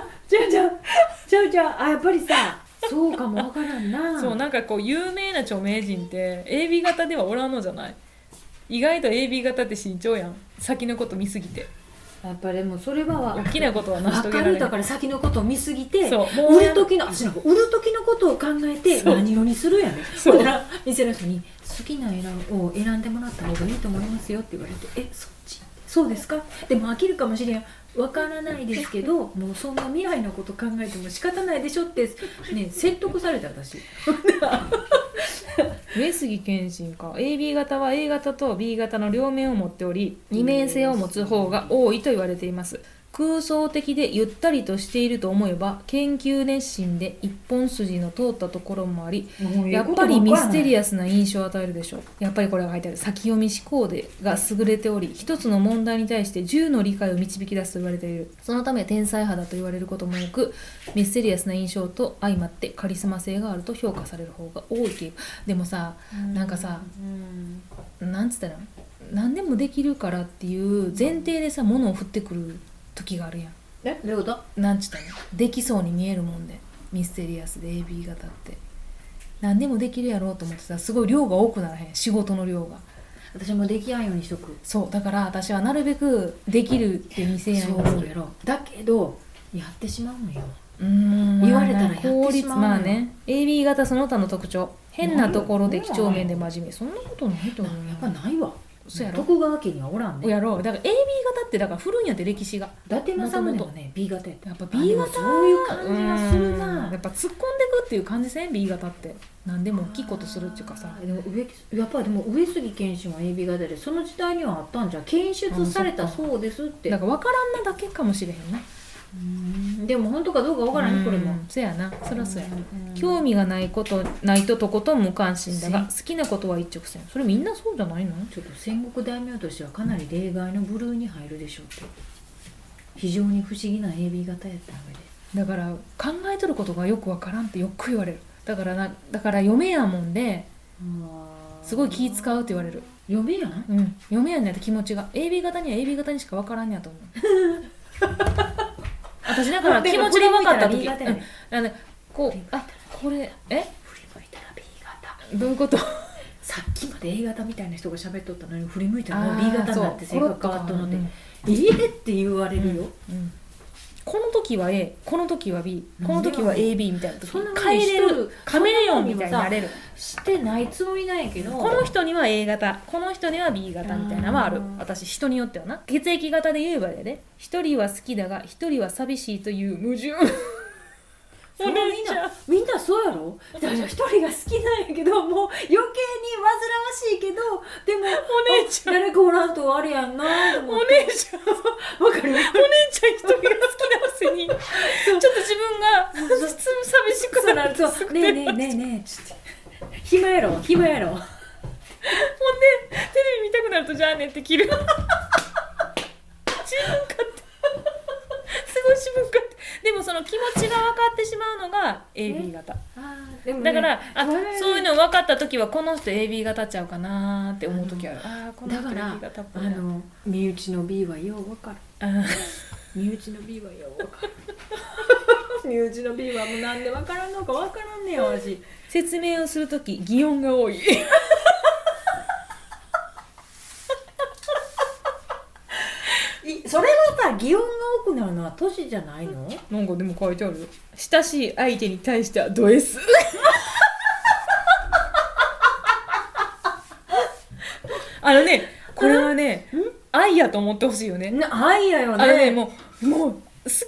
ったじゃあじゃあじゃあじゃああやっぱりさそうかもわからんな
そうなんかこう有名な著名人って AB 型ではおらんのじゃない意外と AB 型って慎重やん先のこと見すぎて
やっぱりもうそれはわ
大きなことは成し
分
遂
か
げ
らる
れ
だ
ない
から先のことを見すぎて
そうもう
売る時の私なんか売る時のことを考えて
そう
何色にするやね
そう
ほんなら店の人に「好きな色を選んでもらった方がいいと思いますよ」って言われて「えそっちそうですか?」でも飽きるかもしれんわからないですけ [laughs] どもうそんな未来のこと考えても仕方ないでしょって [laughs] ね説得された私
上杉謙信か AB 型は A 型と B 型の両面を持っており二面性を持つ方が多いと言われています空想的でゆったりとしていると思えば研究熱心で一本筋の通ったところもありやっぱりミステリ
ア
アスな印象を与えるでしょうやっぱりこれが書いてある先読み思考でが優れており一つの問題に対して10の理解を導き出すと言われているそのため天才肌と言われることも多くミステリアスな印象と相まってカリスマ性があると評価される方が多い傾向でもさなんかさなんつったら何でもできるからっていう前提でさ物を振ってくる時があるやん
えどういうこと
なんつったらできそうに見えるもんでミステリアスで AB 型って何でもできるやろうと思ってさすごい量が多くならへん仕事の量が
私もできやんようにしとく
そうだから私はなるべくできるって見せやんようにす
そう
る
やろだけどやってしまうのよ
うーん
言われたらやってしまうのよ
効率まあね AB 型その他の特徴変なところで几帳面で真面目そんなことないと
な
思う
やっぱないわ
そうやろ
徳川家にはおらんね
やろうだから AB 型ってだから古いんやって歴史が
伊達政宗はね B 型やった
やっぱ
あ
B
でも
型
そういう感じがする
うんやっ
な
ぱ突っ込んでくっていう感じせん B 型って何でも大きいことするっていうかさ
でも上やっぱりでも上杉謙信は AB 型でその時代にはあったんじゃ検出された
あそっ
そうですって
だから分からんなだけかもしれへんな
うんでも本当かどうかわからんねこれも
うんそやなそらそや
うん
興味がないことないととことん無関心だが
せ
好きなことは一直線それみんなそうじゃないの
ちょっと戦国大名としてはかなり例外の部類に入るでしょうって非常に不思議な AB 型やった上で
だから考えとることがよく分からんってよく言われるだからなだから嫁やもんですごい気使うって言われる
嫁やん
うん嫁やんねって気持ちが AB 型には AB 型にしか分からんね
[laughs]
やと思う私だから気持ちが分かった時、
でもこれ見たら B 型やね
うんあのこうあこれえ
振り向いたら B 型
どういうこと
さっきまで A 型みたいな人が喋っとったのに振り向いた
あ
ら
ー
B 型になって性格変わったので「ええっ?」て言われるよ、
うんこの時は A この時は B この時は AB みたいな時
そんなもん
変えれ
しと
る
る
カメレオンみたいになれる
してないつもりなんやけど
この人には A 型この人には B 型みたいなのはある
あー
私人によってはな血液型で言えばやで一人は好きだが一人は寂しいという矛 [laughs] 盾
それ
お姉
みん
ちゃん
なみんなそうやろだから一人が好きなんやけどもう余計に煩わしいけどでも
お姉ちゃん
誰かおらんとあれやんなと
お
思って
姉ちゃん
わかる
お姉ちゃん一人が好きなくせにちょっと自分が [laughs] 寂し
そ
く
う
な
な
る
る
と
と「ねえねえねえねえ」ちょっと暇やろ暇やろ
ほんでテレビ見たくなるとじゃあねって切る自分勝手すごい自分勝手でもその気持ちが分かってしまうのが AB 型
あーでもね
だから、あ
我々
そういうの分かった時はこの人 AB 型ちゃうかなーって思う時あるああーこの
だ
人
から
AB 型っぽ
あ
いな
の身内の B はようわかる
あー
身内の B はよ [laughs] うわかる身内の B はもうなんでわからんのかわからんねや私
説明をする時擬音が多い
いそれはさ擬音が多くなるのは年じゃないの
なんかでも書いてあるよ親しい相手に対してはド [laughs] S あのねこれはね愛やと思ってほしいよね
な愛やよね
あのねもうもう好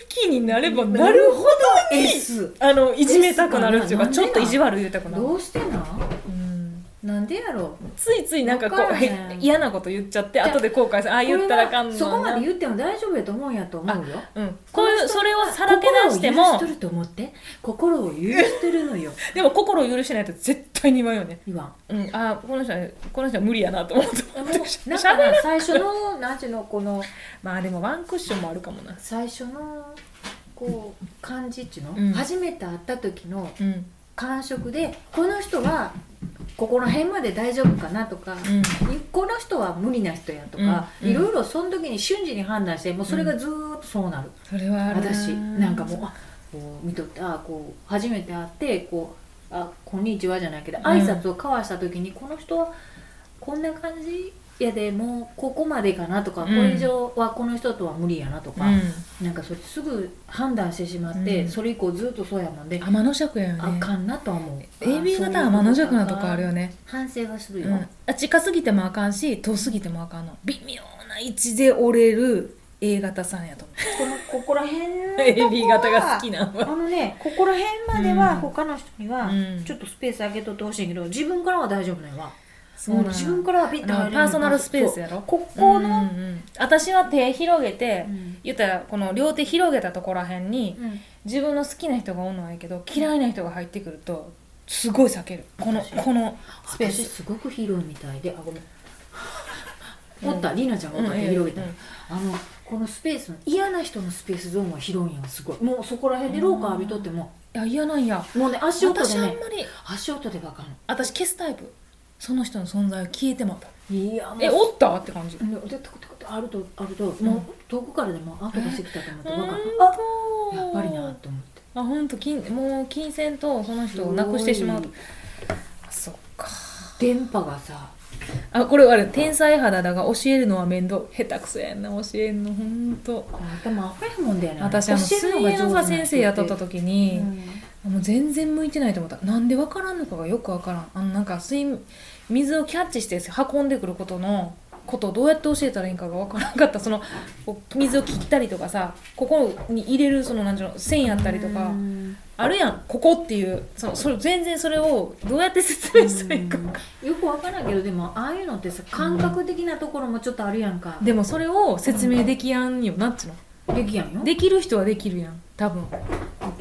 きになればなるほど
ど S
あのいじめたくなるっていうか
S かな
ちょっと意地悪言うたくなる
どうしてなん
うん
なんでやろう
ついついなんかこ
わ
う
かんな
へ
い
嫌なこと言っちゃって後で後悔するああ言ったらあかんの
そこまで
う、
言っても大丈夫やと思うんやと思うよ
うん、こういうそれをさらけ出して
心を許
も
しとると思って心を許してるのよ
でも心を許してないと絶対に言わんよね、
言 [laughs] わん
うん、ああこの人はこの人は無理やなと思って
あの [laughs]
し
なん
ゃ
か
べる
な最初のなんていうのこの
まあでもワンクッションもあるかもな
最初のこう感じっちゅうの、
うん
初めて会った時の
うん
感触でこの人はここら辺まで大丈夫かなとか、
うん
この人は無理な人やとか、
うんう
い
ん
ろいろその時に瞬時に判断してもうそれがずーっとそうなる、
それはある
私なんかもうあこう見とってあこう初めて会ってこう「あこんにちは」じゃないけど
ん
挨拶を交わした時に、この人はこんな感じやでもうここまでかなとか、
うん
これ以上はこの人とは無理やなとか、
うん、
なんかそれすぐ判断してしまって、
うん
それ以降ずっとそうやもんで、
天の尺やよ
あ
ね
かんなとは思う
AB 型は天の尺なとこあるよ
ね
ね
反省はするよ、
うん、あ近すぎてもあかんし遠すぎてもあかんの微妙な位置で折れる A 型さんやと [laughs] 思う
このここら辺
AB 型が好きなの
あ
は
のねここら辺までは
うん
他の人には
うん
ちょっとスペース空けとってほしいけど自分からは大丈夫なんやわ
そうな
も
の
う自分からビッて入れ
あ
る
のパーソナルスペースやろ
そうここ
うん
の、
うん私は手広げて、
うん
言ったらこの両手広げたところらへんに
うん
自分の好きな人がおるのはいいけど嫌いな人が入ってくるとすごい避けるこのこのスペー
私
ス
すごく広いみたいであごめん
うん
おったりなちゃんがおった
うん
手広げた、
うん
あのこのスペースの嫌な人のスペースゾーンは広いんやすごいもうそこら辺で廊下浴びとっても、
いや嫌なんや
もうね足音で
私あんま
ね
り
足音でわかん
私消すタイプその人の存在を消えてもらった
いやもう
えおったって感じ
ででてこてこてあるとあると、もう遠くからでも後がしてきたと思ってわかったあ
あ
やっぱりなと思って
あ本当金もう金銭とその人をなくしてしまうとあそっか
電波がさ
あこれあれ天才肌だが教えるのは面倒下手くそやんな教えんの本当
頭あふれへんもんだよね
私あの水泳のさ先生やっとった
時
時に、もう全然向いてないと思ったなんで分からんのかがよく分からんあのなんか水水をキャッチして運んでくることのことをどうやって教えたらいいんかが分からんかったそのこう水を切ったりとかさここに入れるそのなんていうの線やったりとかあるやんここっていうそのそれ全然それをどうやって説明したらいいんか
よくわからんけどでもああいうのってさ感覚的なところもちょっとあるやんか、
でもそれを説明できやんよなっちゅう
できやんよ
のできる人はできるやん多分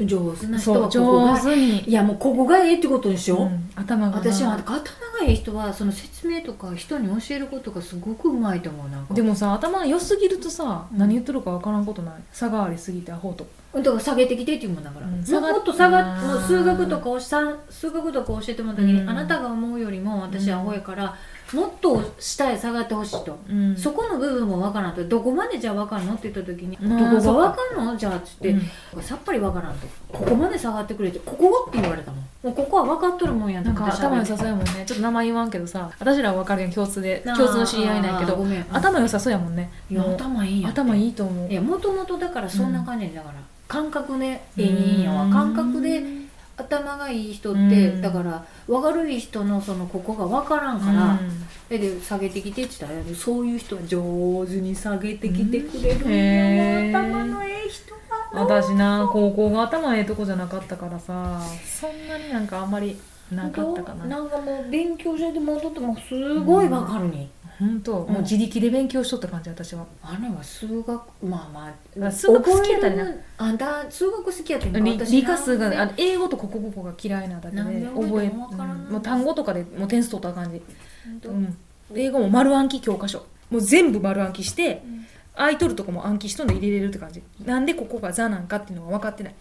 上手な人はこ
そう
こ
上
が
手に
いやもうここがええってことでしょ、
うん頭がな
私は頭がいい人はその説明とか人に教えることがすごくうまいと思うなんか
でもさ頭が良すぎるとさ
うん
何言ってるか分からんことない差がありすぎてアホと
だから下げてきてっていうもんだから、
うん下がっ
もっと下が
あ
っ
ー
もう数学とかをさ数学とか教えてもらった時に、
うん
あなたが思うよりも私はアホやから、もっと下へ下がってほしいと、
うん
そこの部分も分からんとどこまでじゃあ分かんのって言った時に
うん
どこが分かんのじゃあっつって、
う
さっぱり分からんとここまで下がってくれってここって言われたもんもうここは分かっとるもんやと
なん
思
か
って
頭良さそうやもんねちょっと名前言わんけどさ私らは分かるやん共通で共通の知り合いないけ
あーご
ど
めん
頭良さそうやもんね
いや
もう
頭いいんやって
頭いいと思う
いやもともとだからそんな感じやだから、感覚ねええんやわ
うん
感覚で頭がいい人って、
うん
だから分かる人のそのここが分からんから、
うん
えで下げてきてって言ったらそういう人は上手に下げてきてくれる
うん
ん
へ
や
ー
わ頭のええ人は
私な高校が頭ええとこじゃなかったからさそんなになんかあんまりなかったかな
なんかもう勉強してて戻ってもすごい分かるに、
本当もう自力で勉強しとった感じ私は
あれは数学まあまあ
数学好きやったりな
覚えるあんた数学好きやったんか
理
私
理科数が
なん
あの英語と国語が嫌いなだけで
なんで覚
覚
え
え
ても分からん
うんもう単語とかでもう点数取った感じ
本当
うん英語も丸暗記教科書もう全部丸暗記して、
うん
空いとるとこも暗記しとんで入れれるって感じなんでここが「ザ」なんかっていうのは分かってない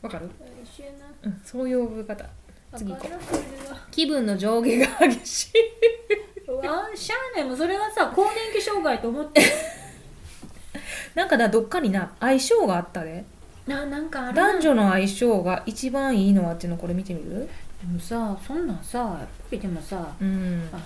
分かる、
一緒やな
うん、そういう覚え方次行こ
う
気分の上下が激しい [laughs]
あんしゃあねもうそれはさ更年期障害と思って
なんかだどっかにな相性があったで
ななんかある
男女の相性が一番いいのはっていうのこれ見てみる
でもさそんなんさやっぱりでもさ
うん
あの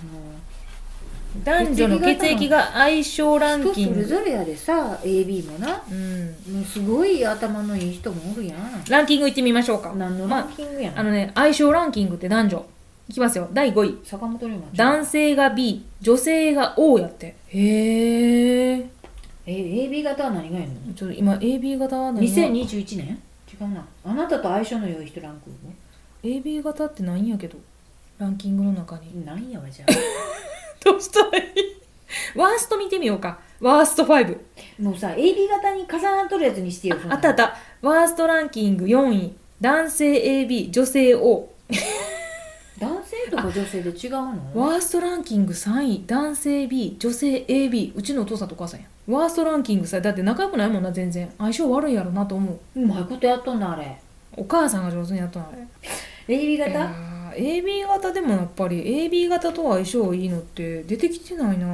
男女の血液が相性ラン
人
キ
そ
ン
れ
グ、
ぞれやでさ AB もな
うん、
もうすごい頭のいい人もおるやん
ランキングいってみましょうか
何のランキングやん、
あのね相性ランキングって男女いきますよ第5位
坂本龍馬
男性が B 女性が O やってへえ
え AB 型は何がいいの
ちょっと今 AB 型は何や
2021年違うなあなたと相性の良い人ランク
AB 型ってないんやけどランキングの中に
なんやわじゃ
[laughs] どうしたらいい [laughs] ワースト見てみようかワースト5
あもうさ AB 型に重なっとるやつにしてよそん
あ
な
ったあったワーストランキング4位男性 AB 女性 O
男性とか女性で違うの
ワーストランキング3位男性 B 女性 AB うちのお父さんとお母さんやワーストランキングさだって仲良くないもんな全然相性悪いやろなと思う
うまいことやっとんなあれ
お母さんが上手にやったのあれ
AB
い
型
やー AB 型でもやっぱり AB 型とは相性いいのって出てきてないな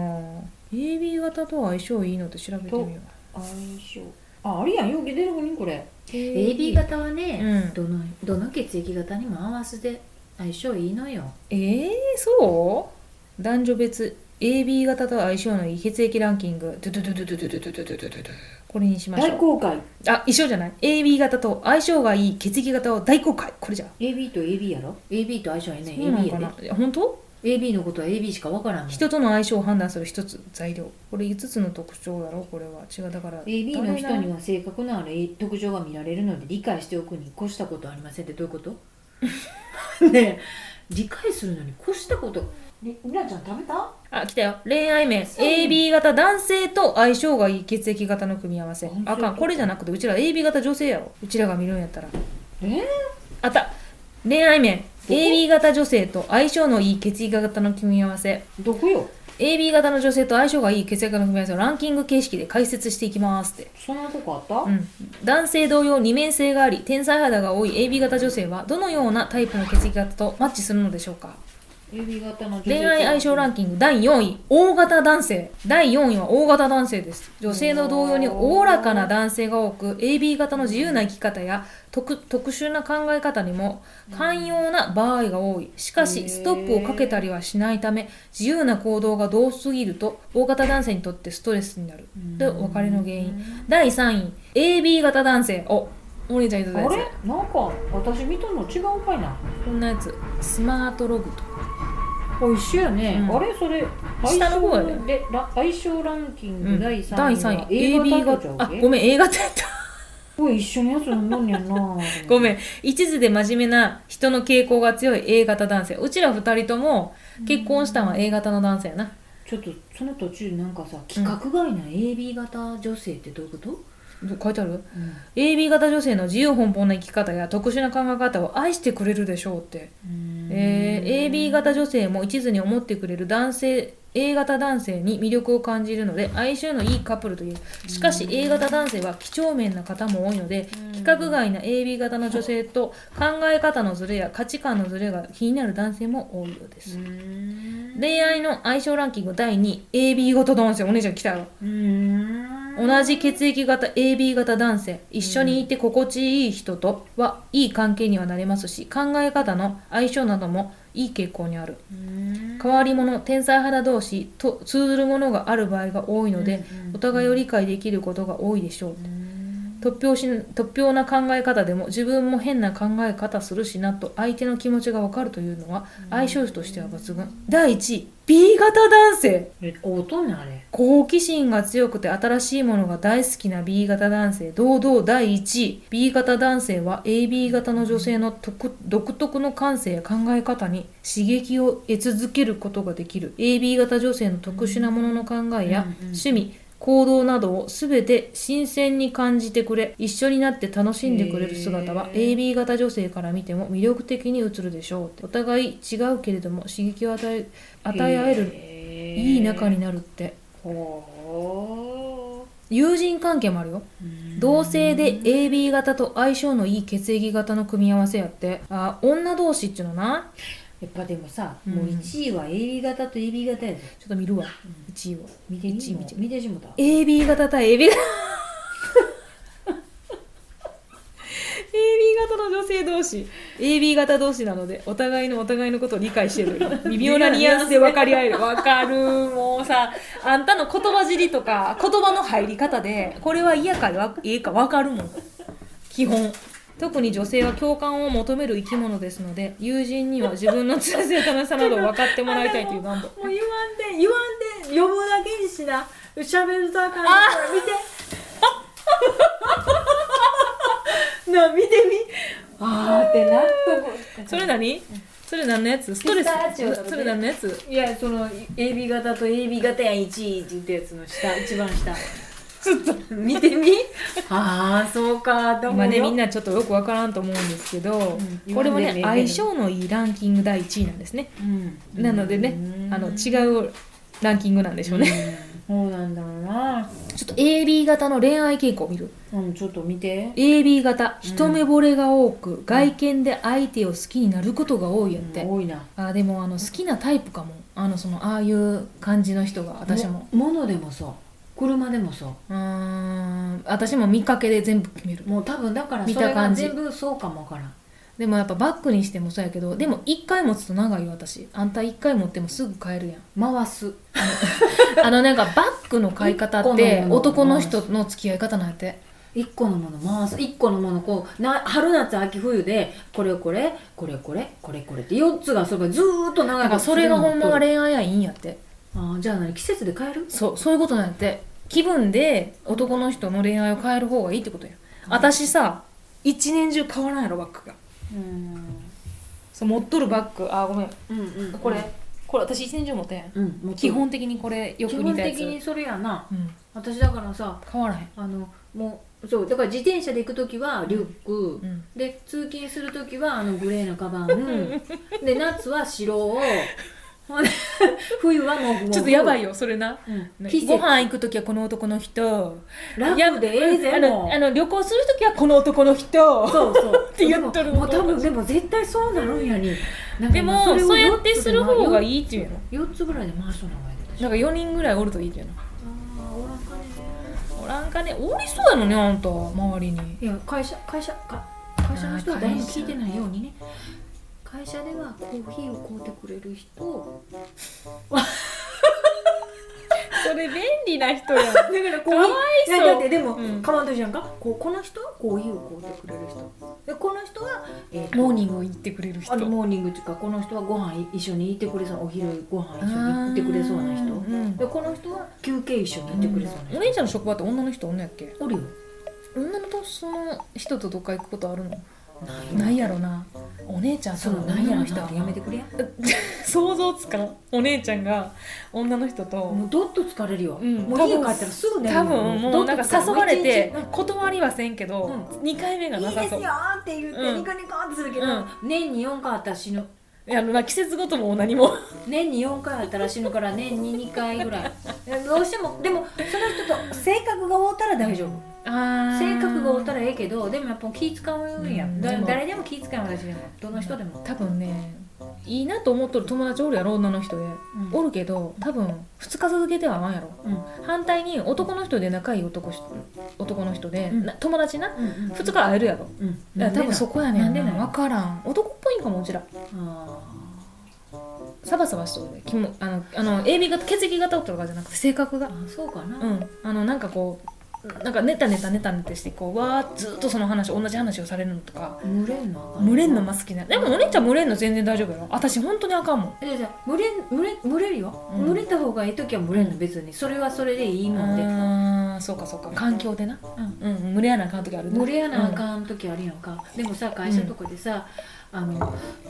AB 型とは相性いいのって調べてみよ
相性ああれやんよう出てるのにこれ
う
AB 型はね、
うん
どのどの血液型にも合わせて相性いいのよ
えー、そう男女別 AB 型と相性のいい血液ランキングドゥドゥドゥドゥドゥドゥドゥドゥドゥドゥドゥドゥこれにしまし
大
ょう
公開
あ一緒じゃない AB 型と相性がいい血液型を大公開これじゃ
AB と AB やろ AB と相性はね
そうな
AB
のか
や
な、いや本当
で AB のことは AB しかわからんもん
人との相性を判断する一つ材料これ5つの特徴だろこれは違うだから
AB の人
誰
に
な
は性格のある特徴が見られるので理解しておくに越したことはありませんってどういうこと
[laughs]
ねえ理解するのに越したことりりなちゃん食べた
あ来たよ恋愛面
そうなの
AB 型男性と相性がいい血液型の組み合わせ
本当
あかんこれじゃなくてうちら AB 型女性やろうちらが見るんやったら
えー、
あった恋愛面
こ
AB 型女性と相性のいい血液型の組み合わせ
どこよ
AB 型の女性と相性がいい血液型の組み合わせをランキング形式で解説していきますって
そんなとこあった、
うん、男性同様二面性があり天才肌が多い AB 型女性はどのようなタイプの血液型とマッチするのでしょうか
AB 型の女性
恋愛相性ランキング第4位 O 型男性第4位は O 型男性です女性の同様におおらかな男性が多く AB 型の自由な生き方や特特殊な考え方にも寛容な場合が多いしか
へー
しストップをかけたりはしないため自由な行動がどうすぎると O 型男性にとってストレスになるで別れの原因第3位 AB 型男性おお姉ちゃんいた
あ
だ
れ
いたや
なんか私見たの違うかいな
つこんなやつスマートログとか
あ一緒やね、
うん
あれそれ
下の方やね
相性でラ相性ランキン
うん
グ第3位は、
AB
型ちゃ
型
う
あ
け
ごめん A 型やった
おい一緒のやつ飲んどんねんな
[laughs] ご
ん
めん一途で真面目な人の傾向が強い A 型男性うちら二人とも結婚したのは A 型の男性やな
ちょっとその途中なんかさ規格外な AB 型女性ってどういうこと、
書いてある
うん
AB 型女性の自由奔放な生き方や特殊な考え方を愛してくれるでしょうって、えー AB 型女性も一途に思ってくれる男性 A 型男性に魅力を感じるので相性のいいカップルというしかし A 型男性は几帳面な方も多いので規格外な AB 型の女性と考え方のズレや価値観のズレが気になる男性も多いようです
うん
恋愛の相性ランキング第2位 AB 型男性お姉ちゃん来たよ
うん
同じ血液型 AB 型男性一緒にいて心地いい人とはいい関係にはなれますし考え方の相性などもいい傾向にある
うん
変わり者天才肌同士と通ずるものがある場合が多いので
うんうん
お互いを理解できることが多いでしょう
うん
突拍子突拍な考え方でも自分も変な考え方するしなと相手の気持ちが分かるというのは相性としては抜群第1位 B 型男性
え音ねあれ
好奇心が強くて新しいものが大好きな B 型男性堂々第1位 B 型男性は AB 型の女性の独独特の感性や考え方に刺激を得続けることができる AB 型女性の特殊なものの考えや
うんうん
趣味行動などを全て新鮮に感じてくれ一緒になって楽しんでくれる姿は
へー
AB 型女性から見ても魅力的に映るでしょうってお互い違うけれども刺激を与え与え合える
え
いい仲になるって
ほ
友人関係もあるよ
う
同性で AB 型と相性のいい血液型の組み合わせやってあ女同士っちゅうのな
やっぱでもさ、
うん
もう1位は AB 型と AB 型やで
ちょっと見るわ1位を
見てみ
1位見
見
て
て見てしもた
AB 型対 AB 型 AB 型の女性同士 AB 型同士なのでお互いのお互いのことを理解してる微妙なニュアンスで分かり合える分かるもうさあんたの言葉尻とか言葉の入り方でこれは嫌かわいいか分かるもん基本特に女性は共感を求める生き物ですので友人には自分の通性楽しさなどを分かってもらいたいという願望
もう言わんで言わんで呼ぶだけにしな喋るだから見てな見て [laughs] みあーってなっと
それ何それ何のやつストレス
ピスタチオだろうね
それ何のやつ
いやその AB 型と AB 型や1位って言ったやつの下一番下
ちょっと
見てみああそうかと思う
今ね
よ
みんなちょっとよくわからんと思うんですけど、
うん
これもね
言わんでええ
相
けど
性のいいランキング第1位なんですね、
うん
なのでねあの違うランキングなんでしょうね、
そうなんだろうな。
ちょっと AB 型の恋愛傾向を見る
うん、ちょっと見て。
AB 型一目惚れが多く、外見で相手を好きになることが多いやって、
多いな。
あでもあの好きなタイプかもあのそのああいう感じの人が私も
も。物でもさ、車でもさ、
うーん私も見かけで全部決める
もう多分だから
見
そ
た
れが
感じ
全部そうかもわからん。
でもやっぱバッグにしてもそうやけどでも1回持つと長いよ私あんた1回持ってもすぐ買えるやん
回す。
あのなんかバッグの買い方っ
一個
て
のもの
男の人の付き合い方なんやって
一個のもの回す。一個のものこう、な春夏秋冬で、これこれ、これこれ、これこれって四つがそれがずーっと長い
だからそれがほんまは恋愛はいいんやって
あーじゃあ何季節で変える
そうそういうことなんやって気分で男の人の恋愛を変える方がいいってことや、私さ一年中買わないやろバッグが
うん。
そう持っとるバッグあごめん
うんうん。
これ、これ私一年中持てん
うん、もう
基本的にこれよ
基
く
本
似たや
的
つ
にそれやな。
うん
私だからさ、
買わらへん
あのもうそうだから自転車で行く時はリュック、
うん
で通勤する時はあのグレーのカバン
[laughs]
で夏は白をほんで [laughs] 冬はもう
ちょっとやば
い、
いよそれな
うん、季節
ご飯行く時はこの男の人
ラブでええぜ
あ
も
の
う
あの旅行する時はこの男の人
そうそう
て言 [laughs] ってる
でももう多分でも絶対そうなるんやになんか
でも
れを
そうやってする方が
い
いいっていうの
4つぐらいで回しそうな方がいいでしょ
なんか4人ぐらいおるといいっていうの
あーおらんかね
おらんかねおりそうやのねあんた周りに
いや会社会社か会社の人は誰も聞いてないようにね会社ではコーヒーを買うてくれる人
それ便利な人 [laughs] や
だ
ん
からコ
かわいそう
やだってでも、
うん
かまんとじゃんかこうこの人はコーヒーを買うてくれる人でこの人は、えー、モーニング
もう言ってくれる人
あのモーニングっていうかこの人はご飯い一緒に行ってくれそうお昼ご飯一緒に行ってくれそうな人
うん
でこの人は休憩一緒に行ってくれそうな
お
人、
姉ちゃんの職場って女の人おんのやっけ
おるよ
女のその人とどっか行くことあるの
ない
ないやろなお姉ちゃん
そ
そうう
なんや
女
ろ
の
人
人
やめてくれや
[laughs] 想像つかんお姉ちゃんが女の人と
もうどっと疲れるよ、
うん
もう
多
家帰
分
ったらすぐ寝る
多
よ
分もうなんか誘われて
どっと
断りはせんけど
う
2回目が
疲れる
な
一日うんいいで
さ
す
そ
よ
う
ーって言って
うん
ニコニコってするけど、
うん
年に4回あったら死ぬ
いやまあ季節ごとも何も
年に4回あったら死ぬから年に2回ぐらい [laughs] どうしてもでもその人と性格が合うたら大丈夫性
性
格が合うたらええけどでもやっぱ気使うんや、
うん
だ
でも
誰でも気使う私でもどの人でも、
多分ねいいなと思っとる友達おるやろ女の人で、
うん
おるけど多分2日続けては合わんやろ
うん
反対に男の人で仲いい男し男の人で、
うん
な友達な
うん
2日から会えるやろ、
うん
いや多分そこやね
なん
ん
でなん
分からん男っぽいんかもうちら
あ
サバサバしとるできもあのあの AB 型血液型とかじゃなくて性格が
ーあそうかな、
うんあのなんかこうなんかネタネタネタネタしてこうわーずっとその話同じ話をされるのとか
群れんの
群れんのま好きなでもお姉ちゃん群れんの全然大丈夫やろ私本当にあかんもん
じゃじゃ群れん群れ群れるよ、
うん
群れた方がいい時は群れんの別にそれはそれでいいもんで、
あーそうかそうか環境でなうん、うん、群れやなあかん時ある
群れやなあかん時あるやんか、でもさ会社とかでさ、あの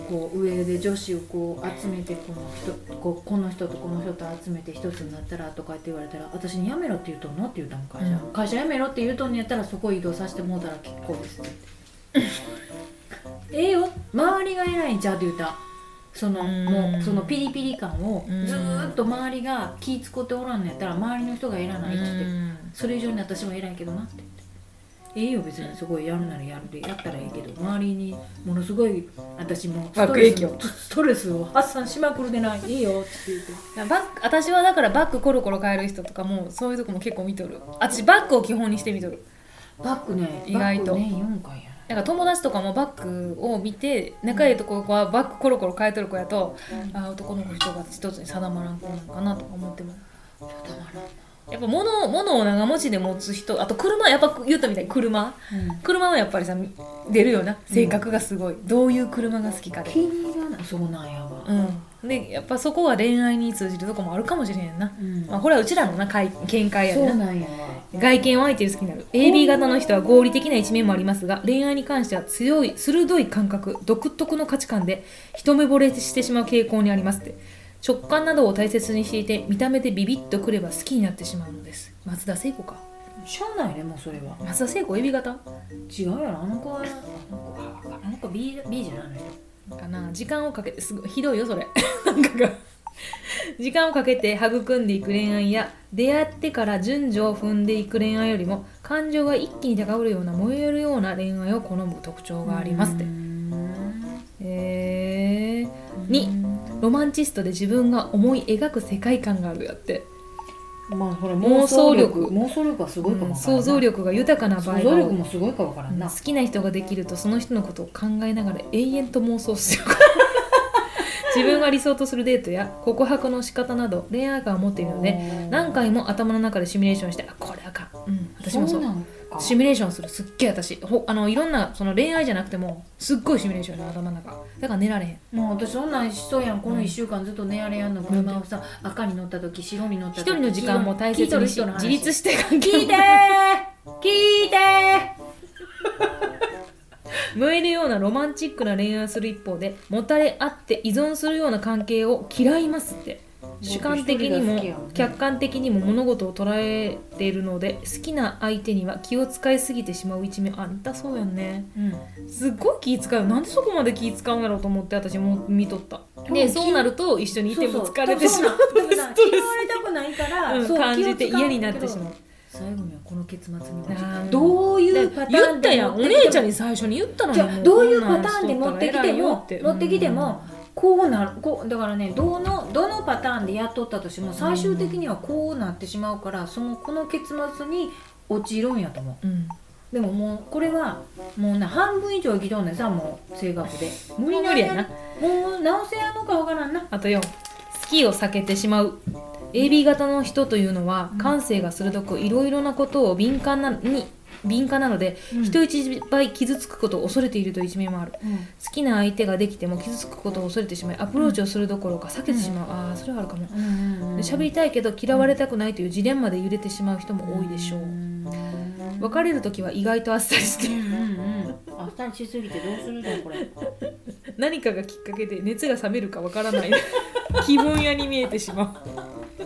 こう上で女子をこう集めてこの人こうこの人とこの人と集めて一つになったらとかって言われたら「私にやめろって言うとんの?」って言うたもん会社、
う
会社やめろって言うとんのやったらそこ移動させてもうたら結構ですって言ってええよ周りが偉いんちゃうって言うたその
うん
もうそのピリピリ感を
うん
ずーっと周りが気使っておらんのやったら周りの人が偉ないって言って。それ以上に私は偉いけどなって言って。ええよ別にすごいやるならやるでやったらいいけど周りにものすごい私もスト
悪
レ
影
ス
響
ストレスを発散しまくるでないいいよって言って
うんバック私はだからバッグコロコロ変える人とかもそういうとこも結構見とる私バッグを基本にして見とる
バックね
意外と
バックね4回や
なんか友達とかもバッグを見て仲いいとこはバッグコロコロ変えとる子やと、あー男の子人が一つに定まらん子なんかなとか思っても
たま
やっぱ物を物を長持ちで持つ人あと車やっぱ言ったみたいに車
らん、
車はやっぱりさ出るよな性格がすごい、どういう車が好きかで
気に入らないそうなんやわ
うん、でやっぱそこは恋愛に通じるとこもあるかもしれへんな、
うん
まあ、これはうちらのなかい見解や
そ
で
う
な
なんやわ
外見を相手に好きになる AB 型の人は合理的な一面もありますが恋愛に関しては強い鋭い感覚独特の価値観で一目惚れしてしまう傾向にありますって直感などを大切にしていて見た目でビビッとくれば好きになってしまうのです松田聖子か
しゃあないねもうそれは
松田聖子 AB 型
違うやろあの子はあの子はあの子 B, B じゃないのよ
かな時間をかけてすごいひどいよそれ [laughs] なんかが時間をかけて育んでいく恋愛や出会ってから順序を踏んでいく恋愛よりも感情が一気に高ぶるような燃えるような恋愛を好む特徴がありますって
うーん
へえ2ロマンチストで自分が思い描く世界観があるやって、
まあそれ
妄想力
妄想力はすごいかも
うん
わからん
想
な
像力が豊かな場合
想
が
像
多い
力もすごいかわからんな、
好きな人ができるとその人のことを考えながら永遠と妄想しよう自分が理想とするデートや告白の仕方など恋愛観を持っているので
ね
何回も頭の中でシミュレーションしてあこれあかん、うん、私もそう
なんか
シミュレーションするすっげえ私ほあのいろんなその恋愛じゃなくてもすっごいシミュレーションやる頭の中だから寝られへん
もう私そんなんしそうやんこの1週間ずっとねあれやんの車をさ赤に乗った時白に乗った
一
時
人の時間も大切にし自立
し
して関係
聞いてー聞いて
[laughs]
ー
燃えるようなロマンチックな恋愛をする一方でもたれ合って依存するような関係を嫌いますって主観的に
僕一人が好きやもん
も
ね
客観的にも物事を捉えているので好きな相手には気を使いすぎてしまう一面あんたそうやんね
うん
すっごい気使うなんでそこまで気使うんやろうと思って私も見とったでそうなると一緒にいても疲れてしまう
そうそう
[laughs]
でもさ嫌われたくないから、
うん
そう
感じて
気を使
嫌になってしまう
最後にはこの結末に
あー
どういうパターンで
言ったやんお
持ってきても
姉ちゃんに最初に言ったのに
じゃあどういうパターンで
こん
持
な
っ
んして
き
とったら偉
て
いよ
も持ってきてもこうなるこうだからねどのどのパターンでやっとったとしても最終的にはこうなってしまうからそのこの結末に陥るんやと思
うんうん
うでももうこれはもうな半分以上生きとんねんさもう性格で無
理無理やな
もう直せやのかわからんな
あと4好きを避けてしまう AB 型の人というのは感性が鋭くいろいろなことを敏感なに敏感なので、
うん
人一倍傷つくことを恐れているという一面もある好きな相手ができても傷つくことを恐れてしまいアプローチをするどころか避けてしまう、ああそれはあるかもで喋りたいけど嫌われたくないというジレンマで揺れてしまう人も多いでしょう別れる時は意外とあっさりして
う
る
んうんうんあしたにしすぎてどうするのこれ
何かがきっかけで熱が冷めるかわからない気分屋に見えてしまう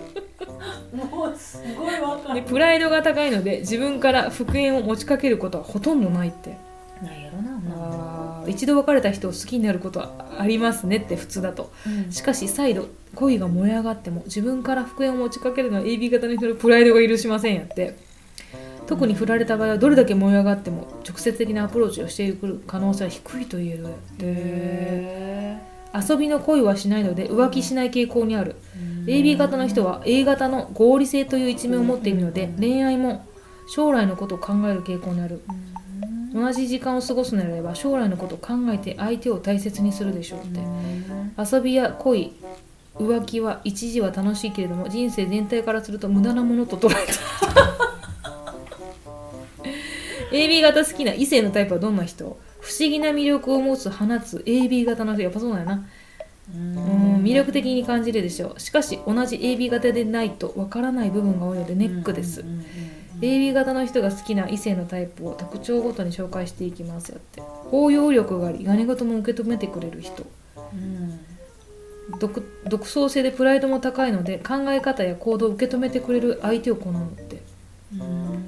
もうすごいわか
でプライドが高いので自分から復縁を持ちかけることはほとんどないって
なんやろな
あー一度別れた人を好きになることはありますねって普通だと
うん
しかし再度恋が燃え上がっても自分から復縁を持ちかけるのは AB 型の人のプライドが許しませんやって特に振られた場合はどれだけ燃え上がっても直接的なアプローチをしてくる可能性は低いと言えるやって
へ
遊びの恋はしないので浮気しない傾向にある
ー
AB 型の人は A 型の合理性という一面を持っているので恋愛も将来のことを考える傾向にある同じ時間を過ごすのであれば将来のことを考えて相手を大切にするでしょうって遊びや恋浮気は一時は楽しいけれども人生全体からすると無駄なものと捉 [laughs] えた AB 型好きな異性のタイプはどんな人不思議な魅力を持つ放つ AB 型の人やっぱそうだよなうん魅力的に感じるでしょうしかし同じ AB 型でないとわからない部分が多いのでネックです、
うんうんうん
AB 型の人が好きな異性のタイプを特徴ごとに紹介していきますやって包容力があり金事も受け止めてくれる人
うん
独独創性でプライドも高いので考え方や行動を受け止めてくれる相手を好むって
う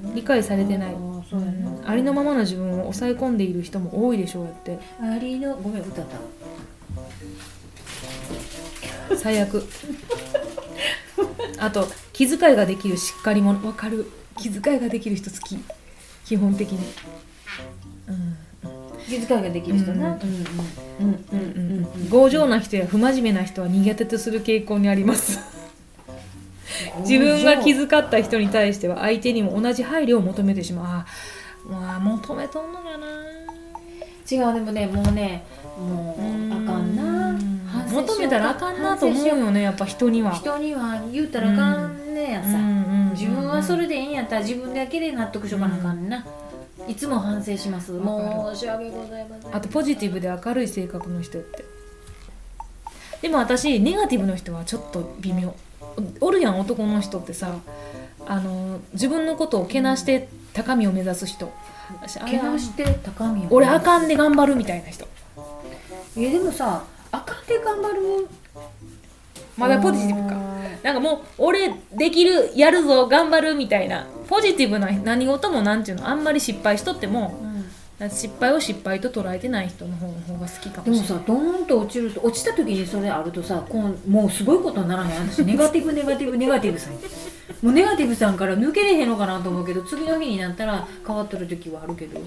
ん
理解されてない、
あーそうやな
うんありのままの自分を抑え込んでいる人も多いでしょうやって
ありのごめん歌った
最悪あと気遣いができるしっかり者わかる気遣いができる人好き基本的にうん
気遣いができる人な
うん
うんうんうんうんうん
[laughs]
うん
強情な人や不真面目な人は苦手とする傾向にあります自分が気遣った人に対しては相手にも同じ配慮を求めてしまうあまあ求めとんのかな
違うでもねもうねもうあかん
う
なん反省しよう
求めたらあかんなと思うよねやっぱ人には
人には言うたらあかんねやさ、自分はそ
れ
れでええんやったら自分だけで納得しとかなあかんな、いつも反省します
わ
申し訳ございません
あとポジティブで明るい性格の人ってでも私ネガティブの人はちょっと微妙おおるやん男の人ってさあの自分のことをけなして高みを目指す人私あれ
けなして高みを
俺あかんで頑張るみたいな人
いやでもさあかんで頑張る
まだポジティブかなんかもう俺できるやるぞ頑張るみたいなポジティブな何事もなんていうのあんまり失敗しとっても
うん
失敗を失敗と捉えてない人の方の方が好きかもし
で
れ
も
ない
さドーンと落ちると落ちた時にそれあるとさこうもうすごいことにならへん私ネガティブネガティブネガティブさんもうネガティブさんから抜けれへんのかなと思うけど次の日になったら変わっとる時はあるけど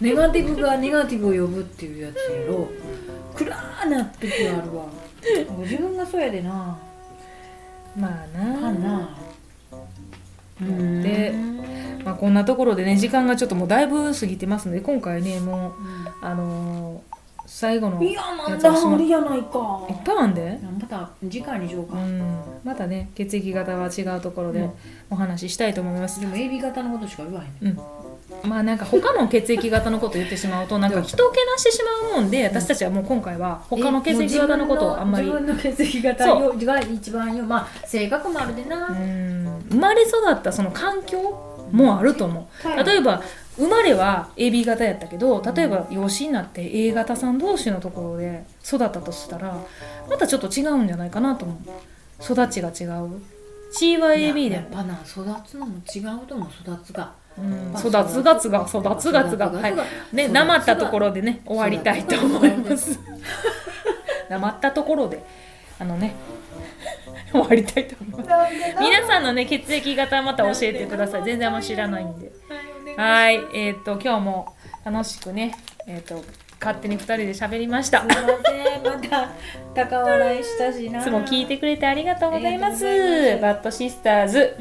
ネガティブがネガティブを呼ぶっていうやつやろ暗ーな時はあるわもう自分がそうやでな
まあ
あかん
な
なうん
でまあ、こんなところでね時間がちょっともうだいぶ過ぎてますので今回ねもうあのー最後の
うんい
いっ
やなんだあれやないか
ぱいなんで、
また次回にしよう
う
か、
ん、またね血液型は違うところでお話ししたいと思います
で、も AB 型のことしか言わへんね
まあなんか他の血液型のこと言ってしまうとなんか人をけなしてしまうもんで私たちはもう今回は他の血液型のことをあんまり
自分の血液型よが一番よまあ性格もあるで
う
な、
ん生まれ育ったその環境もあると思う例
え
えば生まれは AB 型やったけど例えば養子になって A 型さん同士のところで育ったとしたらまたちょっと違うんじゃないかなと思う育ちが違う血は AB
や
で
っぱな育つのも違うとも育つが
うん
ぱ
育つがつが育つがつがはいね、なまったとこ
ろ
ろでね、終わりたいと思います。なまったところで、あのね、 [laughs] 終わりたいと思います。皆さんのね、血液型また教えてください。全然あんま知らないんで。はい、えっ、と、今日も楽しくね、えっ、と、勝手に二人で喋りました。
すいませんまた高笑いしたしない
つも聞いてくれてありがとうございます。
ありがとうございます
バッドシスターズ、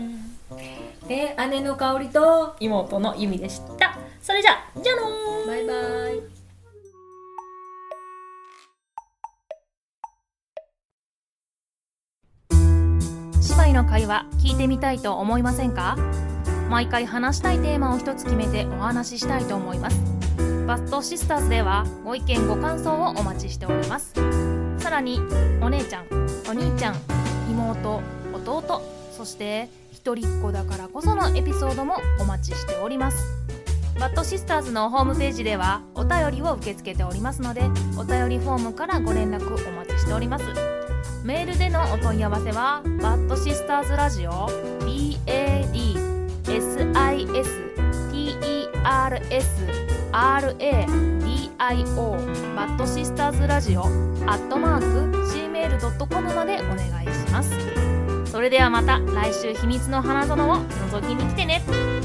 で姉の香りと
妹のゆみでした。それじゃあ、じゃあのー
バイバイ
姉妹の会話聞いてみたいと思いませんか
毎回話したいテーマを一つ決めてお話ししたいと思いますバストシスターズではご意見ご感想をお待ちしておりますさらにお姉ちゃんお兄ちゃん妹弟そして一人っ子だからこそのエピソードもお待ちしておりますバッドシスターズのホームページではお便りを受け付けておりますのでお便りフォームからご連絡お待ちしておりますメールでのお問い合わせはバッドシスターズラジオ BADSISTERSRADIO バッドシスターズラジオアットマーク Gmail.com までお願いしますそれではまた来週秘密の花園を覗きに来てね